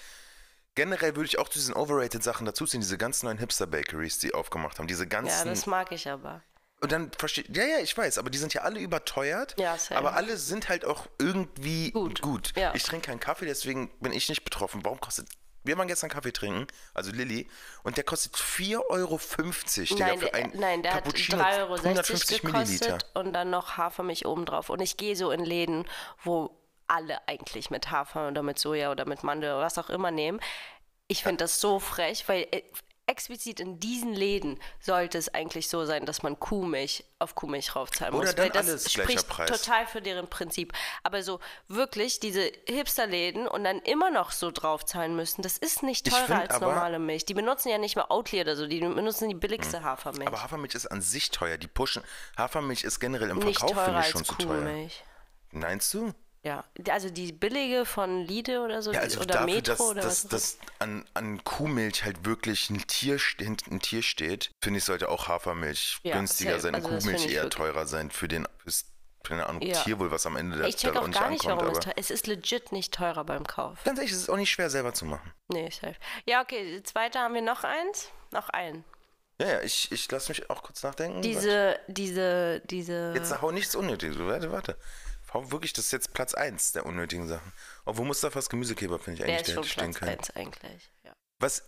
[SPEAKER 1] Generell würde ich auch zu diesen overrated Sachen dazuziehen, diese ganzen neuen Hipster-Bakeries, die aufgemacht haben. Diese
[SPEAKER 2] ja,
[SPEAKER 1] ganzen.
[SPEAKER 2] das mag ich aber.
[SPEAKER 1] und dann verstehe Ja, ja, ich weiß, aber die sind ja alle überteuert.
[SPEAKER 2] Ja, same.
[SPEAKER 1] Aber alle sind halt auch irgendwie gut.
[SPEAKER 2] Gut, ja.
[SPEAKER 1] Ich trinke keinen Kaffee, deswegen bin ich nicht betroffen. Warum kostet. Wir waren gestern Kaffee trinken, also Lilly, und der kostet 4,50 Euro, Digga,
[SPEAKER 2] Nein,
[SPEAKER 1] für
[SPEAKER 2] der,
[SPEAKER 1] ein
[SPEAKER 2] nein, der hat
[SPEAKER 1] Cappuccino,
[SPEAKER 2] 3,60 Euro
[SPEAKER 1] 150
[SPEAKER 2] gekostet
[SPEAKER 1] Milliliter.
[SPEAKER 2] und dann noch Hafermilch obendrauf. Und ich gehe so in Läden, wo alle eigentlich mit Hafer oder mit Soja oder mit Mandel oder was auch immer nehmen. Ich finde das so frech, weil äh, explizit in diesen Läden sollte es eigentlich so sein, dass man Kuhmilch auf Kuhmilch raufzahlen
[SPEAKER 1] Oder
[SPEAKER 2] muss.
[SPEAKER 1] dann
[SPEAKER 2] weil das
[SPEAKER 1] alles gleicher
[SPEAKER 2] spricht
[SPEAKER 1] Preis.
[SPEAKER 2] total für deren Prinzip. Aber so wirklich diese Hipsterläden und dann immer noch so draufzahlen müssen, das ist nicht
[SPEAKER 1] Ich
[SPEAKER 2] teurer
[SPEAKER 1] find
[SPEAKER 2] als
[SPEAKER 1] aber-
[SPEAKER 2] normale Milch. Die benutzen ja nicht mal Outlier oder so, die benutzen die billigste Hafermilch.
[SPEAKER 1] Hm. Aber Hafermilch ist an sich teuer. Die pushen. Hafermilch ist generell im
[SPEAKER 2] nicht
[SPEAKER 1] Verkauf, finde
[SPEAKER 2] teurer
[SPEAKER 1] ich, schon
[SPEAKER 2] als
[SPEAKER 1] zu teuer.
[SPEAKER 2] Kuhmilch.
[SPEAKER 1] Meinst du?
[SPEAKER 2] Ja, also die billige von Lidl oder so
[SPEAKER 1] Ja, also
[SPEAKER 2] oder
[SPEAKER 1] dafür,
[SPEAKER 2] Metro
[SPEAKER 1] dass,
[SPEAKER 2] oder was.
[SPEAKER 1] dass,
[SPEAKER 2] ist das?
[SPEAKER 1] dass an, an Kuhmilch halt wirklich ein Tier, ste- hinten ein Tier steht, finde ich, sollte auch Hafermilch
[SPEAKER 2] Ja,
[SPEAKER 1] günstiger
[SPEAKER 2] safe.
[SPEAKER 1] sein
[SPEAKER 2] Also
[SPEAKER 1] und
[SPEAKER 2] das finde
[SPEAKER 1] Kuhmilch
[SPEAKER 2] ich
[SPEAKER 1] eher
[SPEAKER 2] wirklich-
[SPEAKER 1] teurer sein für den fürs, keine Ahnung,
[SPEAKER 2] Ja.
[SPEAKER 1] Tierwohl, was am Ende da,
[SPEAKER 2] ich check
[SPEAKER 1] da auch
[SPEAKER 2] auch
[SPEAKER 1] nicht
[SPEAKER 2] gar nicht,
[SPEAKER 1] ankommt.
[SPEAKER 2] warum es
[SPEAKER 1] aber
[SPEAKER 2] teuer ist. Es ist legit nicht teurer beim Kauf.
[SPEAKER 1] ganz ehrlich, es ist auch nicht schwer selber zu machen.
[SPEAKER 2] Nee, safe. Ja, okay, zweiter haben wir noch eins. Noch einen.
[SPEAKER 1] Oh Ja, ja, ich, ich lasse mich auch kurz nachdenken.
[SPEAKER 2] Diese, diese, diese.
[SPEAKER 1] Jetzt hau nichts Unnötiges. Warte, warte. Hau wirklich, das ist jetzt Platz 1 der unnötigen Sachen. Obwohl Mustafas Gemüsekeber, finde ich
[SPEAKER 2] der
[SPEAKER 1] eigentlich,
[SPEAKER 2] ist
[SPEAKER 1] der
[SPEAKER 2] schon
[SPEAKER 1] hätte stehen
[SPEAKER 2] Platz
[SPEAKER 1] können.
[SPEAKER 2] 1 eigentlich. Ja.
[SPEAKER 1] Was?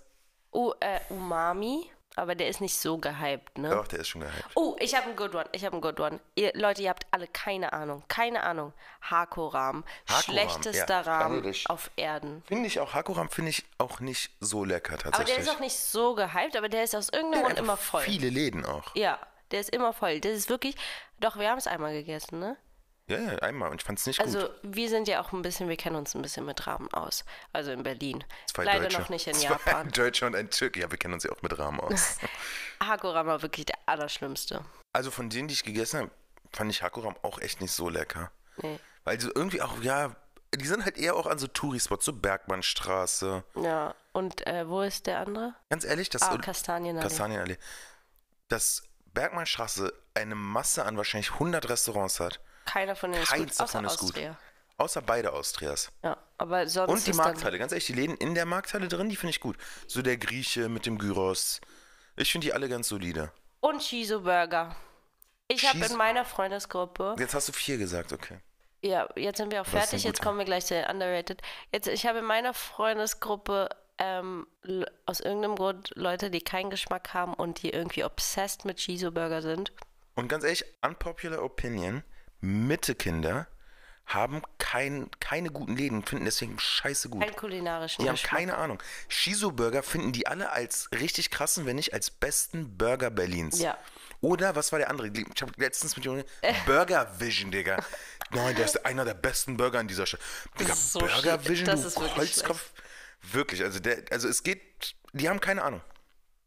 [SPEAKER 2] Oh, äh, Umami, aber der ist nicht so gehypt, ne?
[SPEAKER 1] Doch, der ist schon gehypt.
[SPEAKER 2] Oh, ich habe einen good one. Ich habe einen good one. Ihr, Leute, ihr habt alle keine Ahnung. Keine Ahnung. Hakoram.
[SPEAKER 1] Hakoram,
[SPEAKER 2] Schlechtester
[SPEAKER 1] ja.
[SPEAKER 2] Rahmen
[SPEAKER 1] Also das-
[SPEAKER 2] auf Erden.
[SPEAKER 1] Finde ich auch, Hakuram finde ich auch nicht so lecker
[SPEAKER 2] Aber
[SPEAKER 1] tatsächlich.
[SPEAKER 2] der ist auch nicht so gehypt, aber der ist aus irgendeinem Grund
[SPEAKER 1] Einfach
[SPEAKER 2] immer voll.
[SPEAKER 1] Viele Läden auch.
[SPEAKER 2] Ja, der ist immer voll. Das ist wirklich. Doch, wir haben es einmal gegessen, ne?
[SPEAKER 1] Ja, ja, einmal und ich fand es nicht gut.
[SPEAKER 2] Also, wir sind ja auch ein bisschen, wir kennen uns ein bisschen mit Rahmen aus. Also in Berlin.
[SPEAKER 1] Zwei
[SPEAKER 2] Leider
[SPEAKER 1] Deutsche.
[SPEAKER 2] noch nicht in
[SPEAKER 1] <laughs> Zwei
[SPEAKER 2] Japan.
[SPEAKER 1] Deutsche und ein Türke. Ja, wir kennen uns ja auch mit Rahmen
[SPEAKER 2] <laughs>
[SPEAKER 1] aus.
[SPEAKER 2] Hakoram war wirklich der Allerschlimmste.
[SPEAKER 1] also von denen, die ich gegessen habe, fand ich Hakuram auch echt nicht so lecker.
[SPEAKER 2] Nee.
[SPEAKER 1] Weil so irgendwie auch, ja, die sind halt eher auch an so Touri-Spots, so Bergmannstraße.
[SPEAKER 2] Ja, und äh, wo ist der andere?
[SPEAKER 1] Ganz ehrlich, das.
[SPEAKER 2] Ah,
[SPEAKER 1] und-
[SPEAKER 2] Kastanienallee.
[SPEAKER 1] Kastanienallee. Dass Bergmannstraße eine Masse an wahrscheinlich 100 Restaurants hat.
[SPEAKER 2] Keiner von denen ist
[SPEAKER 1] Keins
[SPEAKER 2] gut, außer
[SPEAKER 1] davon ist gut.
[SPEAKER 2] Austria.
[SPEAKER 1] Außer beide Austrias.
[SPEAKER 2] Ja, aber sonst
[SPEAKER 1] Und die
[SPEAKER 2] ist dann-
[SPEAKER 1] Markthalle, ganz ehrlich, die Läden in der Markthalle drin, die finde ich gut. So der Grieche mit dem Gyros. Ich finde die alle ganz solide.
[SPEAKER 2] Und Shiso Burger. Ich habe
[SPEAKER 1] Shiso-
[SPEAKER 2] in meiner Freundesgruppe,
[SPEAKER 1] Jetzt hast du vier gesagt, okay.
[SPEAKER 2] ja, jetzt sind wir auch
[SPEAKER 1] ist ein
[SPEAKER 2] fertig, jetzt
[SPEAKER 1] guter.
[SPEAKER 2] kommen wir gleich zu den Underrated. Jetzt, ich habe in meiner Freundesgruppe ähm, l- aus irgendeinem Grund Leute, die keinen Geschmack haben und die irgendwie obsessed mit Shiso Burger sind.
[SPEAKER 1] Und ganz ehrlich, unpopular opinion, Mitte-Kinder haben kein, keine guten Läden, finden deswegen scheiße gut.
[SPEAKER 2] Kein kulinarischen
[SPEAKER 1] Die haben
[SPEAKER 2] Geschmack.
[SPEAKER 1] keine Ahnung. Shiso-Burger finden die alle als richtig krassen, wenn nicht als besten Burger Berlins.
[SPEAKER 2] Ja. Äh.
[SPEAKER 1] Oder was war der andere? Ich habe letztens mit jemandem Burger Vision, Digga. Nein, der ist einer der besten Burger in dieser Stadt. Digga,
[SPEAKER 2] ist so
[SPEAKER 1] Burger
[SPEAKER 2] schlecht.
[SPEAKER 1] Vision,
[SPEAKER 2] Das
[SPEAKER 1] du
[SPEAKER 2] ist wirklich
[SPEAKER 1] Holzkopf. Wirklich, also, der, also es geht, die haben keine Ahnung.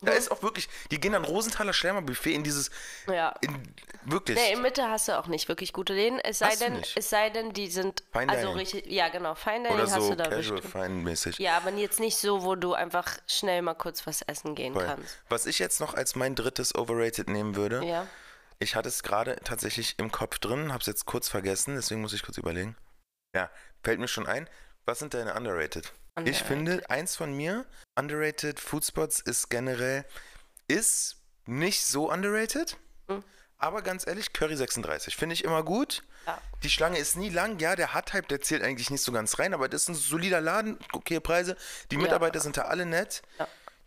[SPEAKER 1] Da ist auch wirklich, die gehen an Rosenthaler Schlemmer Buffet in dieses,
[SPEAKER 2] Ja.
[SPEAKER 1] in, wirklich.
[SPEAKER 2] Nee, in Mitte hast du auch nicht wirklich gute Läden. Es sei,
[SPEAKER 1] Hast du
[SPEAKER 2] denn,
[SPEAKER 1] nicht?
[SPEAKER 2] es sei denn, die sind
[SPEAKER 1] Fine
[SPEAKER 2] also
[SPEAKER 1] Dining.
[SPEAKER 2] richtig. Ja, genau. Fine Dining
[SPEAKER 1] Oder
[SPEAKER 2] hast
[SPEAKER 1] so
[SPEAKER 2] du da
[SPEAKER 1] casual
[SPEAKER 2] bestimmt.
[SPEAKER 1] fine mäßig.
[SPEAKER 2] Ja, aber jetzt nicht so, wo du einfach schnell mal kurz was essen gehen
[SPEAKER 1] Voll.
[SPEAKER 2] kannst.
[SPEAKER 1] Was ich jetzt noch als mein drittes Overrated nehmen würde,
[SPEAKER 2] Ja.
[SPEAKER 1] ich hatte es gerade tatsächlich im Kopf drin, hab's jetzt kurz vergessen, deswegen muss ich kurz überlegen. Ja, fällt mir schon ein. Was sind deine underrated? Ich
[SPEAKER 2] Underrated.
[SPEAKER 1] finde, eins von mir, underrated Foodspots ist generell, ist nicht so underrated,
[SPEAKER 2] Mhm.
[SPEAKER 1] aber ganz ehrlich, Curry 36 finde ich immer gut.
[SPEAKER 2] Ja.
[SPEAKER 1] Die Schlange ist nie lang. Ja, der Hard-Hype, der zählt eigentlich nicht so ganz rein, aber das ist ein solider Laden, okay Preise. Die Mitarbeiter sind da alle nett.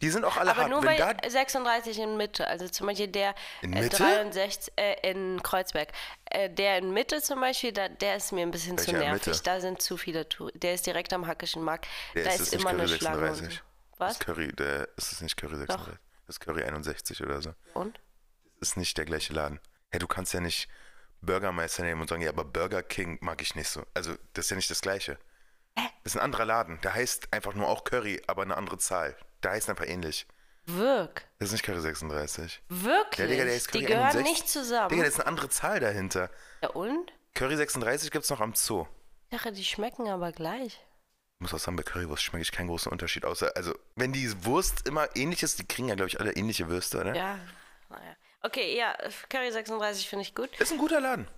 [SPEAKER 1] Die sind auch alle
[SPEAKER 2] Aber
[SPEAKER 1] hart.
[SPEAKER 2] nur
[SPEAKER 1] Wenn
[SPEAKER 2] bei
[SPEAKER 1] da
[SPEAKER 2] 36 in Mitte, also zum Beispiel der
[SPEAKER 1] In
[SPEAKER 2] äh,
[SPEAKER 1] Mitte?
[SPEAKER 2] 63 äh, in Kreuzberg. Äh, der in Mitte zum Beispiel, da, der ist mir ein bisschen zu
[SPEAKER 1] Welcher in
[SPEAKER 2] nervig.
[SPEAKER 1] Mitte?
[SPEAKER 2] Da sind zu viele Touristen. Der ist direkt am Hackischen Markt.
[SPEAKER 1] Der
[SPEAKER 2] da
[SPEAKER 1] ist,
[SPEAKER 2] ist,
[SPEAKER 1] es nicht
[SPEAKER 2] immer
[SPEAKER 1] Curry
[SPEAKER 2] eine Schlange. und
[SPEAKER 1] 36.
[SPEAKER 2] so. Was?
[SPEAKER 1] Ist Curry, der ist es nicht Curry 36. Das ist Curry 61 oder so.
[SPEAKER 2] Und?
[SPEAKER 1] Ist nicht der gleiche Laden. Hey, du kannst ja nicht Burgermeister nehmen und sagen, ja, aber Burger King mag ich nicht so. Also, das ist ja nicht das gleiche. Das ist ein anderer Laden. Der heißt einfach nur auch Curry, aber eine andere Zahl. Der heißt einfach ähnlich.
[SPEAKER 2] Wirk.
[SPEAKER 1] Das ist nicht Curry 36.
[SPEAKER 2] Wirklich?
[SPEAKER 1] Der Digga, der ist Curry
[SPEAKER 2] Die gehören
[SPEAKER 1] 61.
[SPEAKER 2] nicht zusammen.
[SPEAKER 1] Digga, da ist eine andere Zahl dahinter.
[SPEAKER 2] ja, und?
[SPEAKER 1] Curry 36 gibt's noch am Zoo.
[SPEAKER 2] Ich dachte, die schmecken aber gleich.
[SPEAKER 1] Ich muss auch sagen, bei Currywurst schmecke ich keinen großen Unterschied. Außer, also, wenn die Wurst immer ähnlich ist, die kriegen ja, glaube ich, alle ähnliche Würste, ne? oder?
[SPEAKER 2] Ja. Naja. Okay, ja, Curry 36 finde ich gut.
[SPEAKER 1] Ist ein guter Laden.